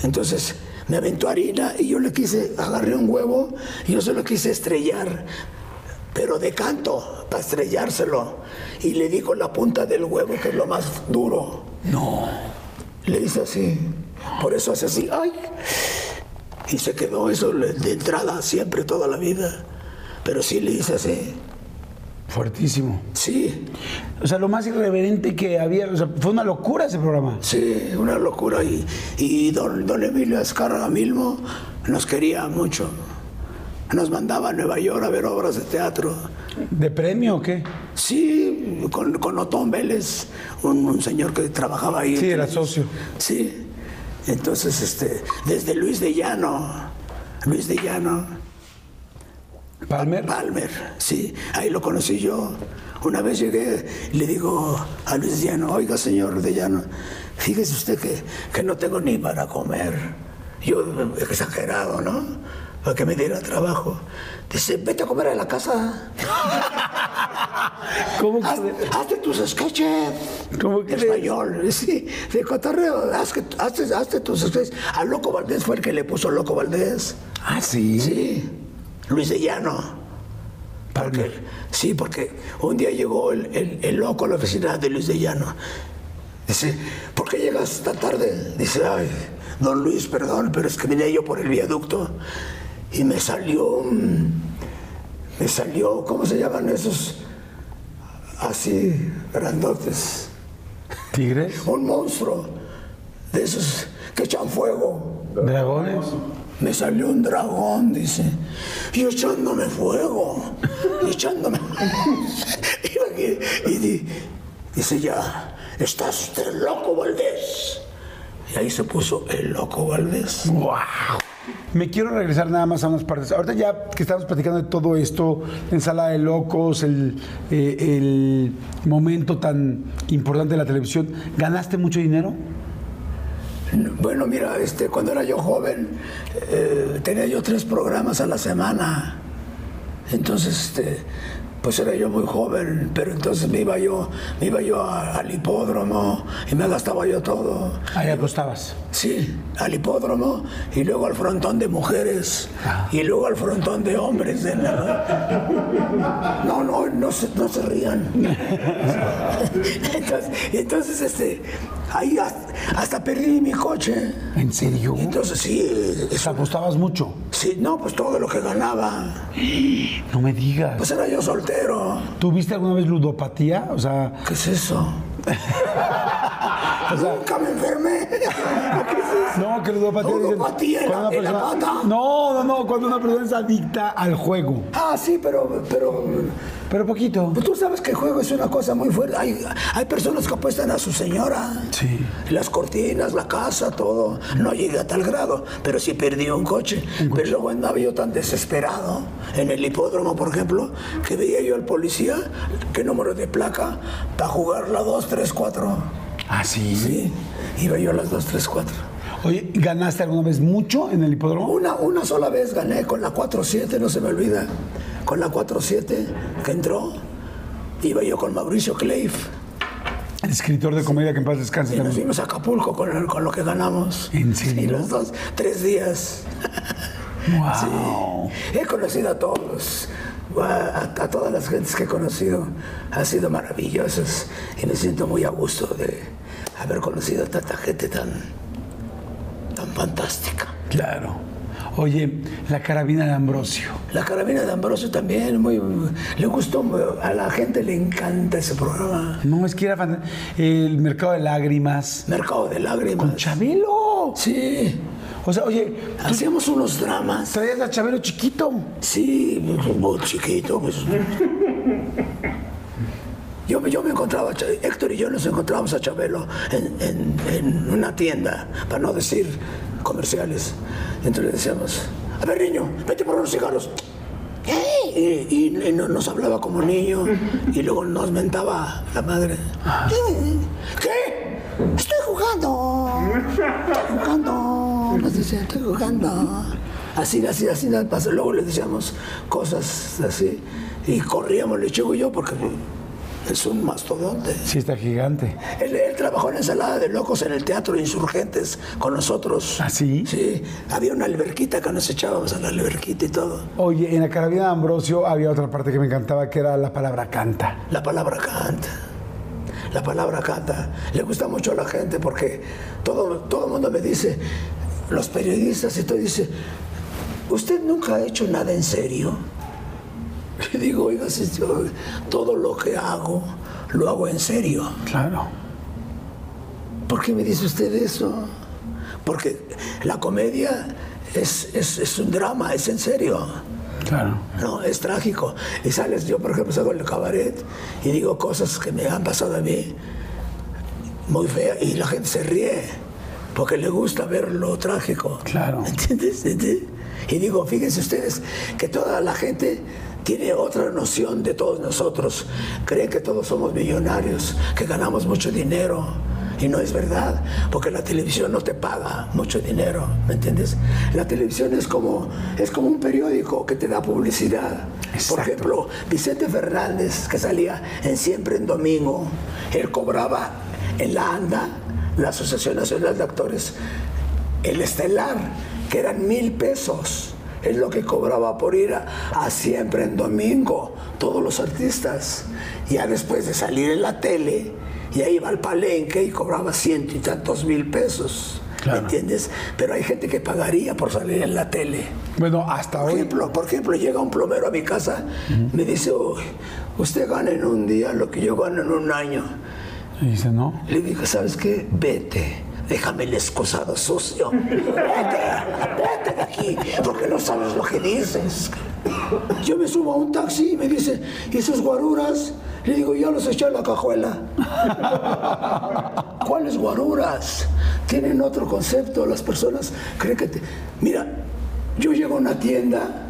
entonces me aventó harina y yo le quise, agarré un huevo y yo se lo quise estrellar, pero de canto, para estrellárselo. Y le di con la punta del huevo, que es lo más duro. No. Le hice así. Por eso hace así. ¡Ay! Y se quedó eso le- de entrada siempre, toda la vida. Pero sí le hice así. Fuertísimo. Sí, O sea, lo más irreverente que había. O sea, fue una locura ese programa. sí, una locura. Y, y don, don Emilio Azcárraga mismo nos quería mucho. Nos mandaba a Nueva York a ver obras de teatro. ¿De premio o qué? Sí, con, con Otón Vélez, un, un señor que trabajaba ahí. Sí, era socio. Sí. Entonces, este, desde Luis de Llano, Luis de Llano, Palmer. Palmer, sí, ahí lo conocí yo. Una vez llegué, le digo a Luis Llano, oiga señor de Llano, fíjese usted que, que no tengo ni para comer. Yo, exagerado, ¿no? Para que me diera trabajo. Dice, vete a comer a la casa, ¿Cómo haz- que- hazte tus sketches. ¿Cómo crees? Español, sí, de cotorreo, haz que- hazte, hazte tus sketches. A Loco Valdés fue el que le puso Loco Valdés. Ah, sí. Sí, Luis de Llano. Porque, sí, porque un día llegó el, el- el loco a la oficina de Luis de Llano. Dice, ¿por qué llegas tan tarde? Dice, ay, don Luis, perdón, pero es que vine yo por el viaducto y me salió, mm, me salió, ¿cómo se llaman esos? Así, grandotes. ¿Tigres? Un monstruo de esos que echan fuego. ¿Dragones? Me salió un dragón, dice. Y echándome fuego. Y echándome. y, aquí, y di- dice ya, estás usted loco, Valdés. Y ahí se puso el loco Valdés. ¡Wow! Me quiero regresar nada más a unas partes. Ahorita ya que estamos platicando de todo esto, ensalada de locos, el, eh, el momento tan importante de la televisión, ¿ganaste mucho dinero? Bueno, mira, este, cuando era yo joven, eh, tenía yo tres programas a la semana. Entonces, este, pues era yo muy joven, pero entonces me iba yo, me iba yo a- al hipódromo y me gastaba yo todo. Ahí acostabas. Sí, al hipódromo y luego al frontón de mujeres Ah. y luego al frontón de hombres. de la- No, no, no se, no se rían. Entonces, entonces, este, ahí hasta, hasta perdí mi coche. ¿En serio? Entonces sí, Pues eso- apostabas mucho. sí, no, pues todo lo que ganaba. No me digas. Pues era yo soltero. ¿Tuviste alguna vez ludopatía? O sea, ¿Qué es eso? o sea, Nunca me enfermé. ¿Qué es eso? No, que ludopatía dicen Ludopatía en la- en la pata. No, no, no, cuando una persona es adicta al juego. Ah, sí, pero, pero Pero poquito. pues tú sabes que el juego es una cosa muy fuerte. Hay, hay personas que apuestan a su señora. Sí. Las cortinas, la casa, todo. No llegué a tal grado, pero sí perdí un coche. Pero luego andaba yo tan desesperado en el hipódromo, por ejemplo, que veía yo al policía, qué número de placa, para jugar la 2, 3, 4. Ah, sí. Sí, iba yo a las 2, 3, 4. Oye, ¿ganaste alguna vez mucho en el hipódromo? Una, una sola vez gané con la 4-7, no se me olvida. Con la 4-7 que entró, iba yo con Mauricio Cleif. El escritor de comedia que en paz descanse Y nos también. fuimos a Acapulco con, el- con lo que ganamos. ¿En serio? Sí, los dos, tres días. Wow. He conocido a todos, a, a todas las gentes que he conocido. Han sido maravillosas y me siento muy a gusto de haber conocido a tanta gente tan, tan fantástica. Claro. Oye, la carabina de Ambrosio. La carabina de Ambrosio también, muy, le gustó, a la gente le encanta ese programa. No, es que era fan- el mercado de lágrimas. Mercado de lágrimas. Chabelo. Sí, O sea, oye, hacíamos unos dramas. traías a Chabelo chiquito. Sí, muy chiquito. pues. Yo, yo me encontraba, a Cha- Héctor y yo nos encontramos a Chabelo en, en- en una tienda, para no decir comerciales. Entonces le decíamos, a ver niño, vete por unos cigarros. ¡Eh! Y, y- y no- nos hablaba como niño y luego nos mentaba la madre. ¿Qué? Estoy jugando. Estoy jugando. Nos decía, estoy jugando. Así, así, así nos pasó. Luego le decíamos cosas así y corríamos, le y yo, porque es un mastodonte. Sí, está gigante. Él, él trabajó en ensalada de locos en el teatro Insurgentes con nosotros. ¿Ah, sí? Sí. Había una alberquita que nos echábamos a la alberquita y todo. Oye, en la carabina de Ambrosio había otra parte que me encantaba que era la palabra canta. La palabra canta. La palabra canta. Le gusta mucho a la gente porque todo, todo el mundo me dice, los periodistas y todo dice, usted nunca ha hecho nada en serio. Y digo, oiga, si yo- todo lo que hago, lo hago en serio. Claro. ¿Por qué me dice usted eso? Porque la comedia es, es- es un drama, es en serio. Claro. No, es trágico. Y sales, yo por ejemplo salgo en el cabaret y digo cosas que me han pasado a mí muy feas y la gente se ríe porque le gusta ver lo trágico. Claro. ¿Me ¿Entiendes? ¿Entiendes? Y digo, fíjense ustedes que toda la gente tiene otra noción de todos nosotros. Cree que todos somos millonarios, que ganamos mucho dinero. Y no es verdad, porque la televisión no te paga mucho dinero, ¿me entiendes? La televisión es como, es como un periódico que te da publicidad. Exacto. Por ejemplo, Vicente Fernández, que salía en Siempre en Domingo, él cobraba en la ANDA, la Asociación Nacional de Actores, el estelar, que eran mil pesos. Es lo que cobraba por ir a, a Siempre en Domingo, todos los artistas. Ya después de salir en la tele, ya iba al palenque y cobraba ciento y tantos mil pesos. Claro. ¿Entiendes? Pero hay gente que pagaría por salir en la tele. Bueno, hasta Por hoy. ejemplo, por ejemplo, llega un plomero a mi casa, me dice, "Uy, usted gana en un día lo que yo gano en un año. Y dice, no. Le digo, ¿sabes qué? Vete, déjame el excusado sucio. Vete, vete de aquí, porque no sabes lo que dices. Yo me subo a un taxi y me dice, ¿y sus guaruras? Le digo, yo los eché a la cajuela. ¿Cuáles guaruras? Tienen otro concepto. Las personas creen que... te- Mira, yo llego a una tienda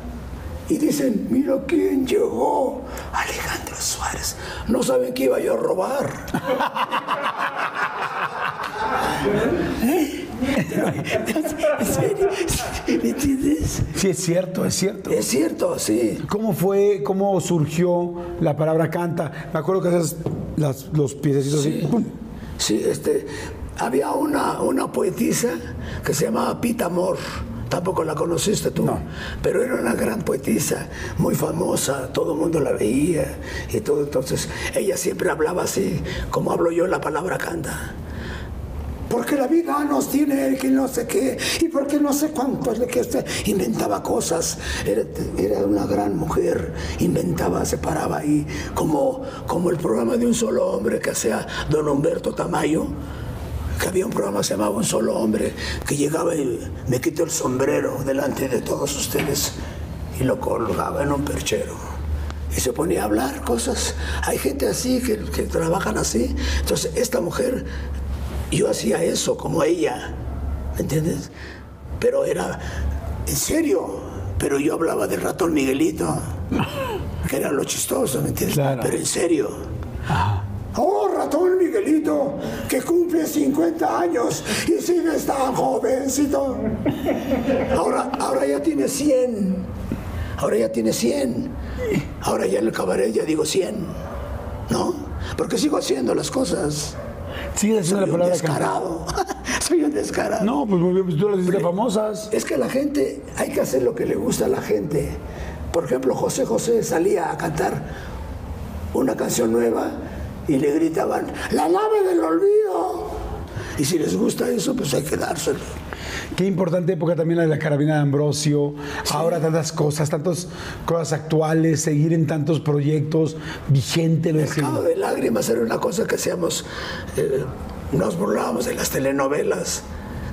y dicen, mira quién llegó. Alejandro Suárez. No saben que iba yo a robar. ¿En serio? ¿Me entiendes? Sí, es cierto, es cierto. Es cierto, sí. ¿Cómo fue, cómo surgió la palabra canta? Me acuerdo que haces las- los piececitos así. ¡pum! Sí, este, había una, una poetisa que se llamaba Pita Amor. Tampoco la conociste tú, pero era una gran poetisa, muy famosa, todo el mundo la veía y todo. Entonces, ella siempre hablaba así, como hablo yo la palabra canta. Porque la vida nos tiene que no sé qué, y porque no sé cuánto es lo que usted inventaba cosas. Era, era una gran mujer, inventaba, se paraba ahí, como, como el programa de un solo hombre que hacía don Humberto Tamayo, que había un programa que se llamaba Un solo hombre, que llegaba y me quitó el sombrero delante de todos ustedes y lo colgaba en un perchero y se ponía a hablar cosas. Hay gente así que, que trabajan así. Entonces, esta mujer, yo hacía eso como ella, ¿me entiendes? Pero era en serio, pero yo hablaba del ratón Miguelito, que era lo chistoso, ¿me entiendes? Claro. Pero en serio. Oh, ratón Miguelito, que cumple 50 años y sigues tan jovencito. Ahora, ahora ya tiene 100. Ahora ya tiene 100. Ahora ya en el cabaret ya digo 100. ¿No? Porque sigo haciendo las cosas. Sigue haciendo Soy la un palabra canta. descarado. Soy un descarado. No, pues, muy bien, pues tú las hiciste famosas. Es que la gente, hay que hacer lo que le gusta a la gente. Por ejemplo, José José salía a cantar una canción nueva y le gritaban, la nave del olvido. Y si les gusta eso, pues hay que dárselo. Qué importante época también la de la carabina de Ambrosio. Ahora tantas cosas, tantas cosas actuales, seguir en tantos proyectos, vigente lo decimos. Mercado de lágrimas era una cosa que hacíamos, eh, nos burlábamos de las telenovelas,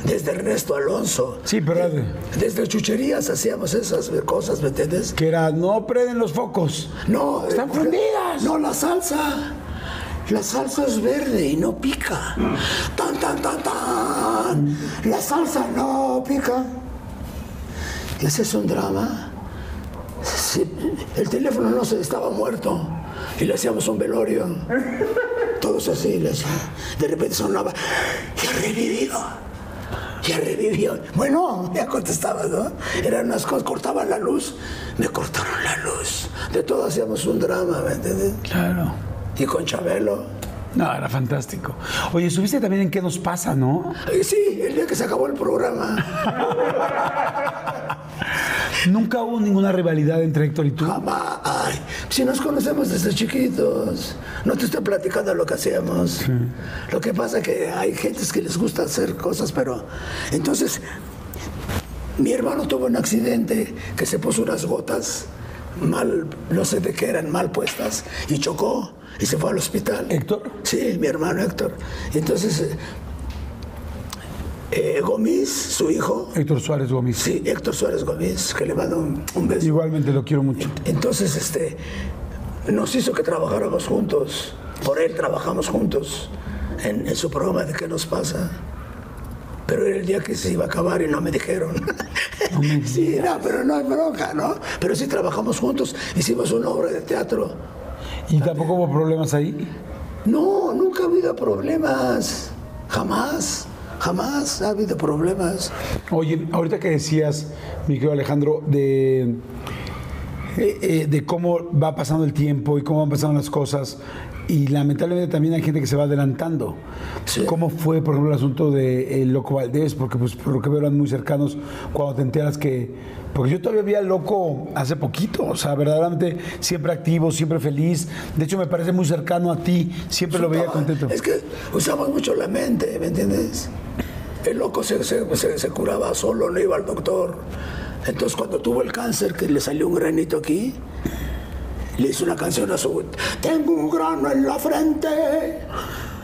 desde Ernesto Alonso. Eh, Sí, pero era de- Desde chucherías hacíamos esas cosas, ¿me entiendes? que era no prenden los focos. No, eh, Están porque- fundidas. No, la salsa. La salsa es verde y no pica. Tan, tan, tan, tan. La salsa no pica. Y ese es un drama. Sí, el teléfono no se estaba muerto y le hacíamos un velorio. Todos así, le hacían. de repente sonaba, ya revivido, ya revivió. Bueno, ya contestaba, ¿no? Eran unas cosas, cortaban la luz, me cortaron la luz. De todo hacíamos un drama, ¿me entiendes? Claro. Y con Chabelo. No, era fantástico. Oye, subiste también en qué nos pasa, ¿no? Eh, Sí, el día que se acabó el programa, Nunca hubo ninguna rivalidad entre Héctor y tú. jamás. Ay, si nos conocemos desde chiquitos, no te estoy platicando lo que hacíamos. Lo que pasa es que hay gentes que les gusta hacer cosas, pero entonces Mi hermano tuvo un accidente que se puso unas gotas mal, no sé de qué eran, mal puestas, y chocó y se fue al hospital. ¿Héctor? Sí, mi hermano Héctor. Entonces, eh, eh, Gomis, su hijo, Héctor Suárez Gómez. sí, Héctor Suárez Gomis, que le mando un, un beso. Igualmente lo quiero mucho. Entonces, este, nos hizo que trabajáramos juntos. Por él trabajamos juntos en, en su programa de ¿Qué nos pasa? Pero era el día que se iba a acabar y no me dijeron. sí, no, pero no es bronca, ¿no? Pero sí trabajamos juntos, hicimos una obra de teatro. ¿Y tampoco hubo problemas ahí? No, nunca ha habido problemas. Jamás, jamás ha habido problemas. Oye, ahorita que decías, mi querido Alejandro, de, eh, eh, de cómo va pasando el tiempo y cómo van pasando las cosas, y lamentablemente también hay gente que se va adelantando. Sí. ¿Cómo fue, por ejemplo, el asunto de eh, Loco Valdés? Porque, pues, por lo que veo, eran muy cercanos cuando te enteras que. Porque yo todavía vi al Loco hace poquito, o sea, verdaderamente siempre activo, siempre feliz. De hecho, me parece muy cercano a ti, siempre lo veía contento. Es que usamos mucho la mente, ¿me entiendes? El loco se, se- se- se curaba solo, no iba al doctor. Entonces cuando tuvo el cáncer, que le salió un granito aquí, le hizo una canción a su... Tengo un grano en la frente,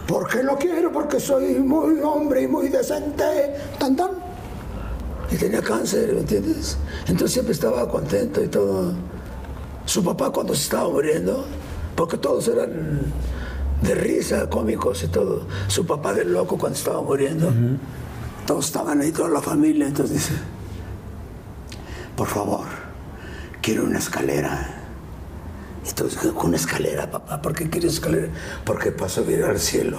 porque lo quiero, porque soy muy hombre y muy decente. Tan, tan. Y tenía cáncer, ¿me entiendes? Entonces siempre estaba contento y todo. Su papá cuando se estaba muriendo, porque todos eran de risa, cómicos y todo. Su papá del loco cuando estaba muriendo, todos estaban ahí, toda la familia. Entonces dice, por favor, quiero una escalera. Entonces, con una escalera, papá, ¿por qué quieres escalera? Porque paso a mirar al cielo.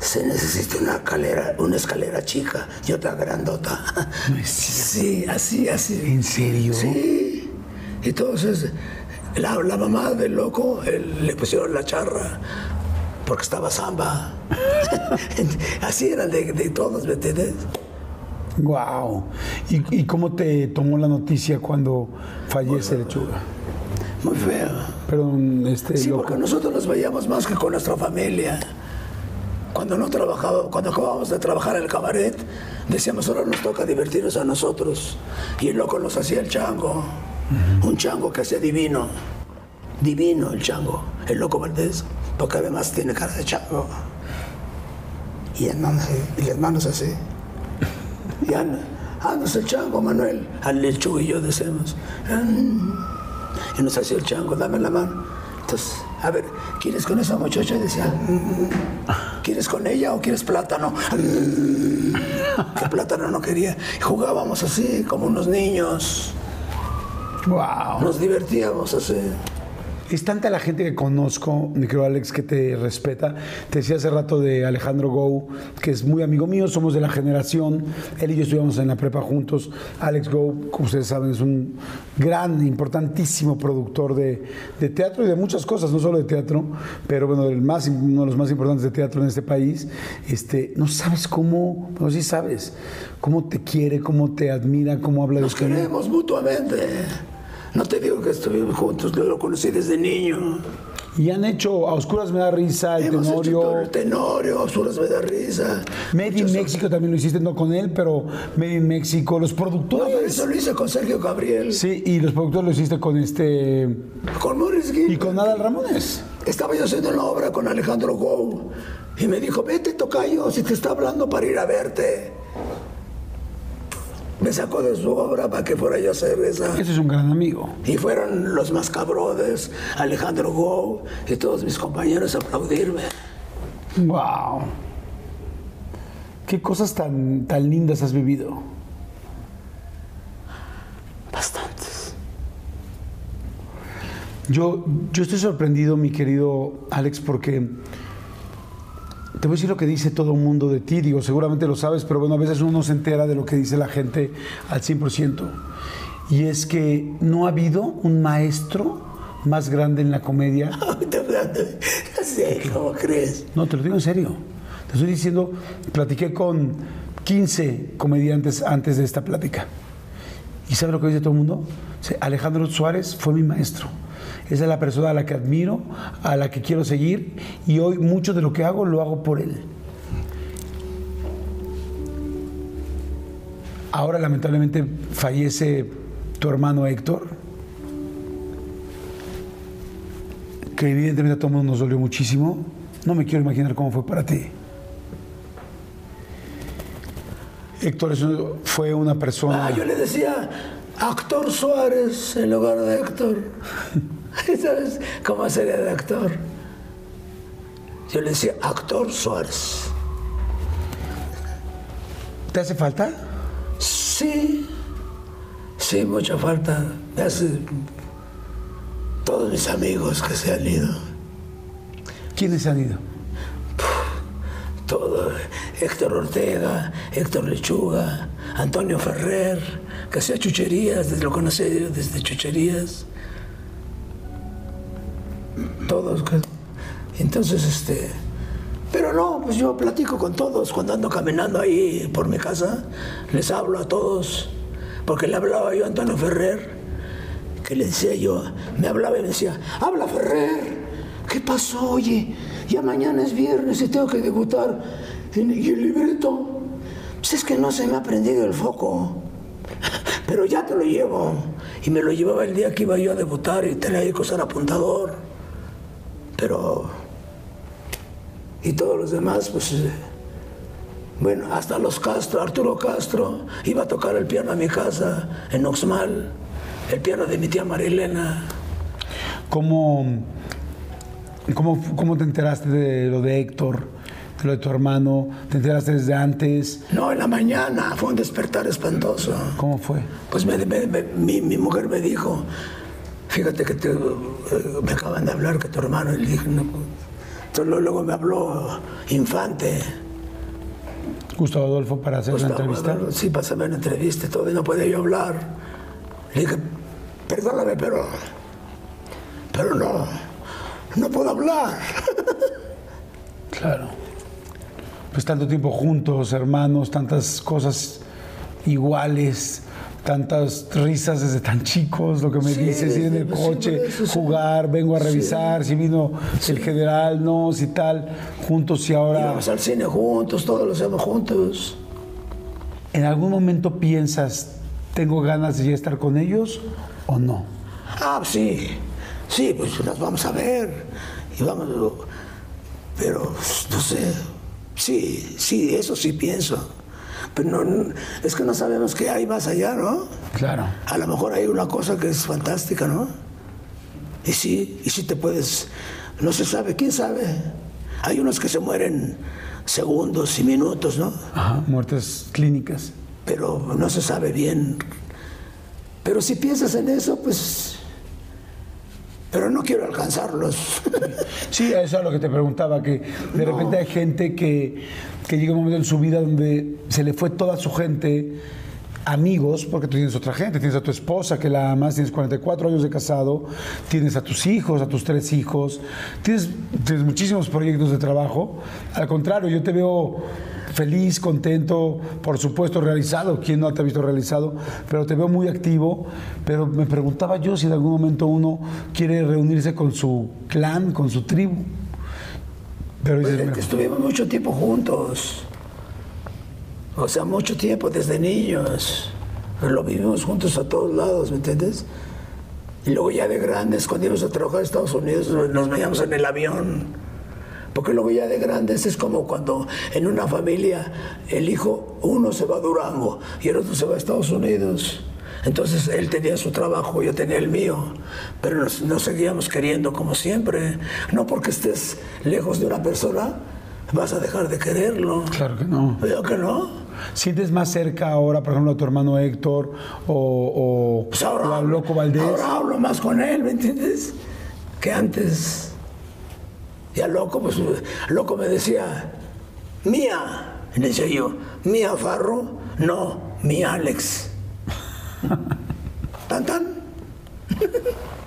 se necesita una escalera, una escalera chica y otra grandota. Sí, así, así. ¿En serio? Sí. Entonces, la, la mamá del loco él- le pusieron la charra porque estaba samba. Así eran de, de todos, ¿me entiendes? Wow. ¿Y, y cómo te tomó la noticia cuando fallece Lechuga? Muy feo. Perdón, este Sí, loco. porque nosotros nos veíamos más que con nuestra familia. Cuando no trabajaba, cuando acabábamos de trabajar en el cabaret, decíamos, ahora nos toca divertirnos a nosotros. Y el loco nos hacía el chango. Un chango que hacía divino. Divino el chango. El loco Valdés. Porque además tiene cara de chango. Y las manos, y las manos así. Y anda, andas el chango, Manuel. Al lechu y yo decimos. "Mm". Y nos hacía el chango, dame la mano. Entonces, a ver, ¿quieres con esa muchacha? Y decía, "Mm". ¿quieres con ella o quieres plátano? "Mm". que plátano no quería. Y jugábamos así, como unos niños. Wow. Nos divertíamos así. Es tanta la gente que conozco, mi querido Alex, que te respeta. Te decía hace rato de Alejandro Gou, que es muy amigo mío, somos de la generación. Él y yo estuvimos en la prepa juntos. Alex Gou, como ustedes saben, es un gran, importantísimo productor de, de teatro y de muchas cosas, no solo de teatro, pero bueno, el más, uno de los más importantes de teatro en este país. Este, no sabes cómo, no sí sabes, cómo te quiere, cómo te admira, cómo habla de Nos queremos mutuamente. No te digo que estuvimos juntos, yo lo conocí desde niño. Y han hecho, a oscuras me da risa, el Hemos hecho Tenorio. todo el tenorio, absurdas me da risa. Made in México también lo hiciste, no con él, pero Made in México, los No, pero productores. eso lo hice con Sergio Gabriel, Sí, y los productores lo hiciste con este. con Morris Gil. Y con Adal Ramones. Estaba yo haciendo una obra con Alejandro Gou y me dijo, vete tocayo, si te está hablando para ir a verte. Me sacó de su obra para que fuera yo a hacer esa. Ese es un gran amigo. Y fueron los más cabrones, Alejandro Gou y todos mis compañeros a aplaudirme. ¡Wow! ¿Qué cosas tan, tan lindas has vivido? Bastantes. Yo, yo estoy sorprendido, mi querido Alex, porque te voy a decir lo que dice todo el mundo de ti. Digo, seguramente lo sabes, pero bueno, a veces uno no se entera de lo que dice la gente al 100%. Y es que no ha habido un maestro más grande en la comedia. Sí, ¿cómo crees? No, te lo digo en serio. Te estoy diciendo, platiqué con 15 comediantes antes de esta plática. ¿Y sabe lo que dice todo el mundo? Dice, Alejandro Suárez fue mi maestro. Esa es la persona a la que admiro, a la que quiero seguir y hoy mucho de lo que hago lo hago por él. Ahora lamentablemente fallece tu hermano Héctor, que evidentemente a todo el mundo nos dolió muchísimo. No me quiero imaginar cómo fue para ti. Héctor es un- fue una persona... Ah, yo le decía actor Suárez en lugar de Héctor. ¿Sabes cómo sería de actor? Yo le decía actor Suárez. ¿Te hace falta? Sí, sí, mucha falta. Me hace todos mis amigos que se han ido. ¿Quiénes han ido? Todo. Héctor Ortega, Héctor Lechuga, Antonio Ferrer, que hacía chucherías, desde lo conocí yo desde chucherías. Todos. que- Entonces, este. Pero no, pues yo platico con todos. Cuando ando caminando ahí por mi casa, les hablo a todos. Porque le hablaba yo a Antonio Ferrer, que le decía yo, me hablaba y me decía, habla Ferrer, ¿qué pasó? Oye, ya mañana es viernes y tengo que debutar en y el libreto. Pues es que no se me ha prendido el foco, pero ya te lo llevo. Y me lo llevaba el día que iba yo a debutar y tenía yo que usar apuntador. Pero... Y todos los demás, pues... eh, Bueno, hasta los Castro, Arturo Castro, iba a tocar el piano a mi casa, en Oxmal, el piano de mi tía Marilena. ¿Cómo, cómo, cómo te enteraste de lo de Héctor, de lo de tu hermano? ¿Te enteraste desde antes? No, en la mañana, fue un despertar espantoso. ¿Cómo fue? Pues me- me- me- mi, mi mujer me dijo, fíjate que te- eh, me acaban de hablar que tu hermano, y le dije, no, pues, Entonces luego- luego me habló Infante. Gustavo Adolfo para hacer la Gustavo, entrevista. bueno, Sí, pásame una entrevista y todo, y no podía yo hablar. Le dije, perdóname, pero. Pero no. No puedo hablar. Claro. Pues tanto tiempo juntos, hermanos, tantas cosas iguales, tantas risas desde tan chicos, lo que me Sí, dices, ir en el desde- sí, coche, por eso, sí. jugar, vengo a Sí. revisar, si vino el general, no, si tal, juntos y ahora... Íbamos al cine juntos, todos lo hacemos juntos. ¿En algún momento piensas, tengo ganas de ya estar con ellos o no? Ah, sí. Sí, pues las vamos a ver. Y vamos. Pero, no sé. Sí, sí, eso sí pienso. Pero no- no, es que no sabemos qué hay más allá, ¿no? Claro. A lo mejor hay una cosa que es fantástica, ¿no? Y sí, y sí te puedes. No se sabe, quién sabe. Hay unos que se mueren segundos y minutos, ¿no? Ajá, muertes clínicas. Pero no se sabe bien. Pero si piensas en eso, pues. Pero no quiero alcanzarlos. Sí, eso es lo que te preguntaba, que de repente hay gente que, que llega un momento en su vida donde se le fue toda su gente, amigos, porque tú tienes otra gente, tienes a tu esposa que la amas, tienes 44 años de casado, tienes a tus hijos, a tus tres hijos, tienes, tienes muchísimos proyectos de trabajo. Al contrario, yo te veo feliz, contento, por supuesto realizado, ¿quién no te ha visto realizado? Pero te veo muy activo, pero me preguntaba yo si en algún momento uno quiere reunirse con su clan, con su tribu. Pero dices, mira, Estuvimos mucho tiempo juntos. O sea, mucho tiempo, desde niños. Lo vivimos juntos a todos lados, ¿me entiendes? Y luego ya de grandes, cuando íbamos a trabajar a Estados Unidos, nos- nos veíamos en el avión. Porque luego ya de grandes es como cuando en una familia el hijo, uno se va a Durango y el otro se va a Estados Unidos. Entonces él tenía su trabajo, yo tenía el mío, pero nos, nos seguíamos queriendo como siempre. No porque estés lejos de una persona vas a dejar de quererlo. claro que no. Veo que no. ¿Sientes más cerca ahora, por ejemplo, a tu hermano Héctor o, o, Pues ahora, o a Loco Valdés? ahora hablo más con él, ¿me entiendes? Que antes. Ya loco, pues loco me decía, mía. Y le decía yo, mía Farro, no, mi Alex. ¿Tan tan?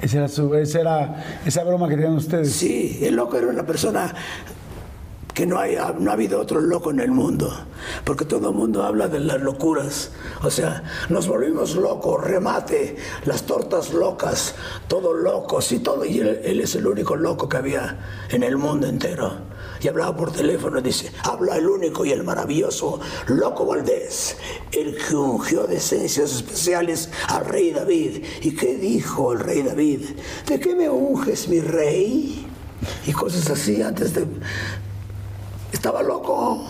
Esa era, su- esa era esa broma que tenían ustedes. Sí, el loco era una persona que no, hay, no ha habido otro loco en el mundo, porque todo el mundo habla de las locuras. O sea, nos volvimos locos, remate, las tortas locas, todos locos y todo. Y él, él es el único loco que había en el mundo entero. Y hablaba por teléfono, dice, habla el único y el maravilloso Loco Valdés, el que ungió de esencias especiales al rey David. ¿Y qué dijo el rey David? ¿De qué me unges, mi rey? Y cosas así antes de estaba loco.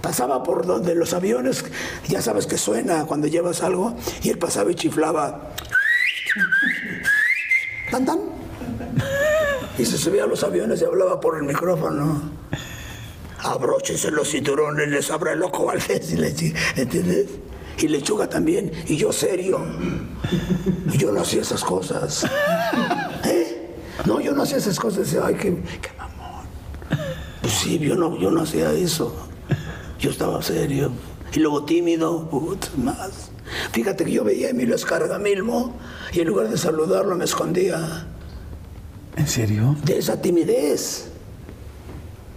Pasaba por donde los aviones, ya sabes que suena cuando llevas algo, y él pasaba y chiflaba. Tan tan. Y se subía a los aviones y hablaba por el micrófono. Abróchense los cinturones, les abra el loco Valdés, y le decía, ¿entiendes? Y lechuga también, y yo serio. Y yo no hacía esas cosas. ¿Eh? No, yo no hacía esas cosas. Decía, ay, qué, qué mamón. Pues sí, yo no, yo no hacía eso. Yo estaba serio. Y luego tímido, putz, más. Fíjate que yo veía a Emilio Escarga mismo y en lugar de saludarlo me escondía ¿En serio? de esa timidez.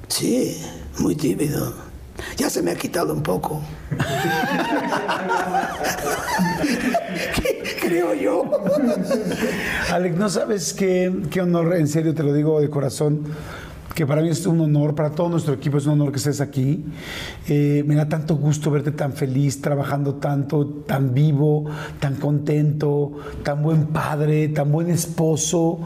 Sí, muy tímido. Ya se me ha quitado un poco. Creo yo. Alex, ¿no sabes qué, qué honor? En serio, te lo digo de corazón, que para mí es un honor, para todo nuestro equipo es un honor que estés aquí. Eh, me da tanto gusto verte tan feliz, trabajando tanto, tan vivo, tan contento, tan buen padre, tan buen esposo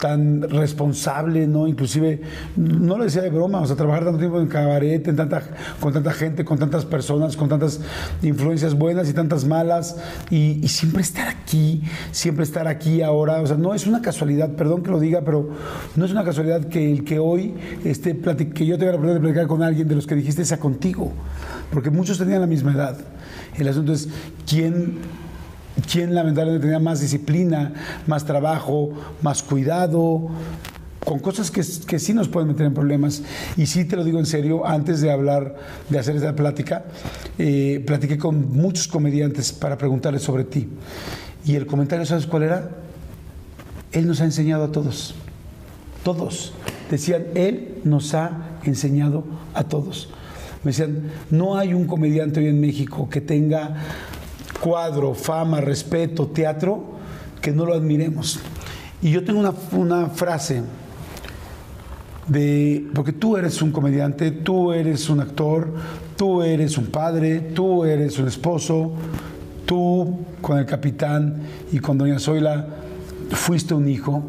tan responsable, ¿no? Inclusive, no lo decía de broma, o sea, trabajar tanto tiempo en cabaret, en tanta, con tanta gente, con tantas personas, con tantas influencias buenas y tantas malas, y, y siempre estar aquí, siempre estar aquí ahora, o sea, no es una casualidad, perdón que lo diga, pero no es una casualidad que el que hoy esté, plati- que yo tenga la oportunidad de platicar con alguien de los que dijiste sea contigo, porque muchos tenían la misma edad. El asunto es quién quien lamentablemente tenía más disciplina, más trabajo, más cuidado, con cosas que, que sí nos pueden meter en problemas. Y sí te lo digo en serio, antes de hablar, de hacer esta plática, eh, platiqué con muchos comediantes para preguntarles sobre ti. Y el comentario, ¿sabes cuál era? Él nos ha enseñado a todos. Todos. Decían, Él nos ha enseñado a todos. Me decían, no hay un comediante hoy en México que tenga cuadro, fama, respeto, teatro, que no lo admiremos. Y yo tengo una, una frase de, porque tú eres un comediante, tú eres un actor, tú eres un padre, tú eres un esposo, tú con el capitán y con doña Zoila fuiste un hijo,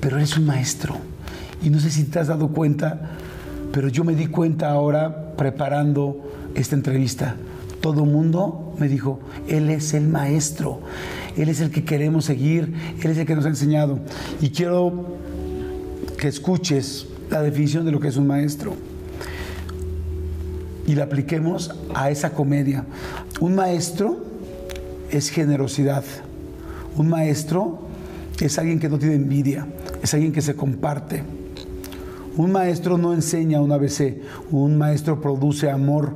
pero eres un maestro. Y no sé si te has dado cuenta, pero yo me di cuenta ahora preparando esta entrevista. Todo el mundo me dijo, él es el maestro, él es el que queremos seguir, él es el que nos ha enseñado. Y quiero que escuches la definición de lo que es un maestro y la apliquemos a esa comedia. Un maestro es generosidad. Un maestro es alguien que no tiene envidia, es alguien que se comparte. Un maestro no enseña un ABC, un maestro produce amor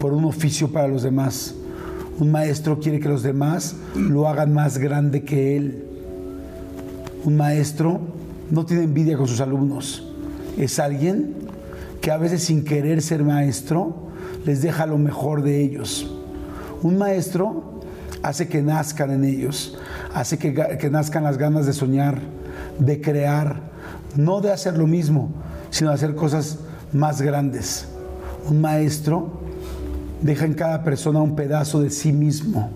por un oficio para los demás. Un maestro quiere que los demás lo hagan más grande que él. Un maestro no tiene envidia con sus alumnos, es alguien que a veces sin querer ser maestro, les deja lo mejor de ellos. Un maestro hace que nazcan en ellos, hace que, que, nazcan las ganas de soñar, de crear, no de hacer lo mismo, sino de hacer cosas más grandes. Un maestro deja en cada persona un pedazo de sí mismo.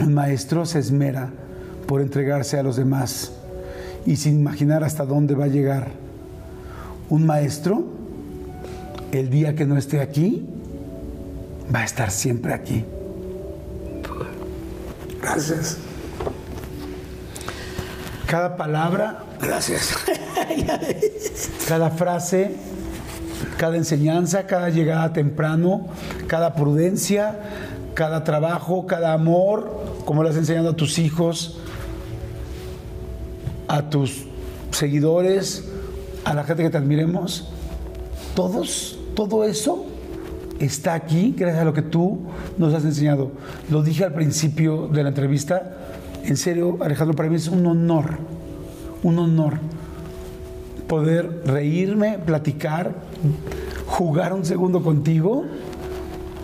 Un maestro se esmera por entregarse a los demás y sin imaginar hasta dónde va a llegar un maestro, el día que no esté aquí, va a estar siempre aquí. Gracias. Cada palabra, Gracias. cada frase, cada enseñanza, cada llegada temprano, cada prudencia, cada trabajo, cada amor, como lo has enseñado a tus hijos, a tus seguidores, a la gente que te admiremos, todos, todo eso está aquí gracias a lo que tú nos has enseñado. Lo dije al principio de la entrevista, en serio, Alejandro, para mí es un honor, un honor poder reírme, platicar, jugar un segundo contigo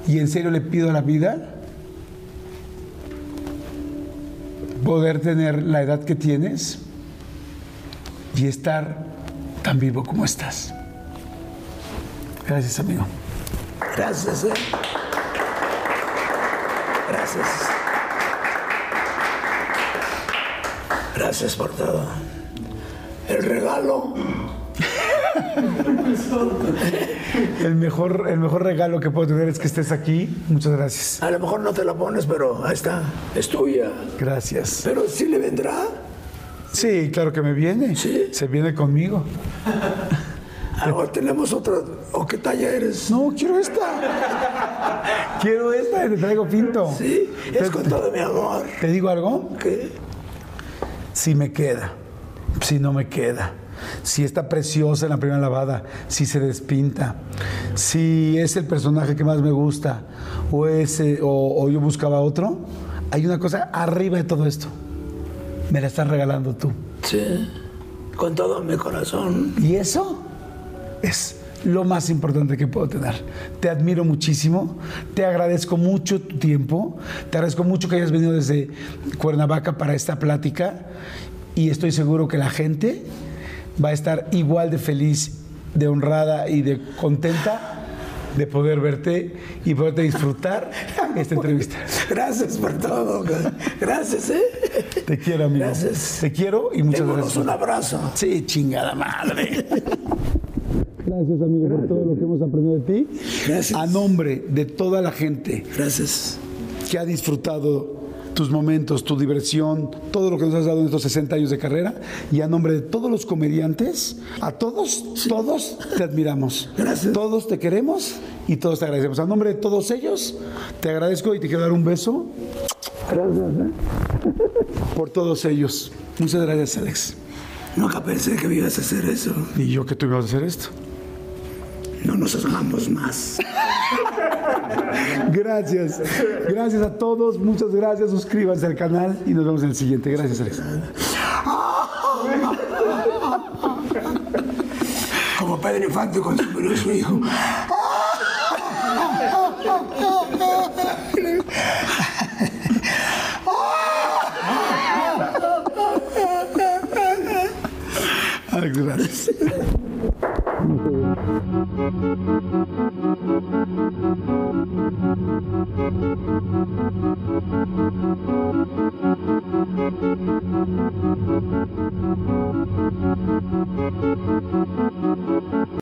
y en serio le pido a la vida poder tener la edad que tienes y estar tan vivo como estás. Gracias, amigo. Gracias, eh. Gracias. Gracias por todo. El regalo. El mejor, el mejor regalo que puedo tener es que estés aquí. Muchas gracias. A lo mejor no te la pones, pero ahí está. Es tuya. Gracias. Pero sí le vendrá. Sí, claro que me viene. Sí. Se viene conmigo. A lo mejor Ah, tenemos otra. ¿O qué talla eres? No, quiero esta. Quiero esta, te traigo pinto. Sí, es con todo mi amor. ¿Te digo algo? ¿Qué? si me queda, si no me queda, si está preciosa en la primera lavada, si se despinta, si es el personaje que más me gusta o, ese, o, o yo buscaba otro, hay una cosa arriba de todo esto. Me la estás regalando tú. Sí. Con todo mi corazón. Y eso es lo más importante que puedo tener. Te admiro muchísimo, te agradezco mucho tu tiempo, te agradezco mucho que hayas venido desde Cuernavaca para esta plática y estoy seguro que la gente va a estar igual de feliz, de honrada y de contenta de poder verte y poderte disfrutar esta entrevista. Gracias por todo. Gracias, ¿eh? Te quiero, amigo. Gracias. Te quiero y muchas Démonos gracias. un abrazo. Sí, chingada madre. Gracias, amigo, por todo lo que hemos aprendido de ti. Gracias. A nombre de toda la gente Gracias. que ha disfrutado tus momentos, tu diversión, todo lo que nos has dado en estos 60 años de carrera, y a nombre de todos los comediantes, a todos, todos te admiramos. Gracias. Todos te queremos y todos te agradecemos. A nombre de todos ellos, te agradezco y te quiero dar un beso Gracias. ¿eh? por todos ellos. Muchas gracias, Alex. Nunca pensé que me ibas a hacer eso. Y yo que tuvimos que hacer esto. No nos hagamos más. Gracias. Gracias a todos. Muchas gracias. Suscríbanse al canal y nos vemos en el siguiente. Gracias, Alex. Como Pedro Infante cuando murió su hijo. Alex, gracias.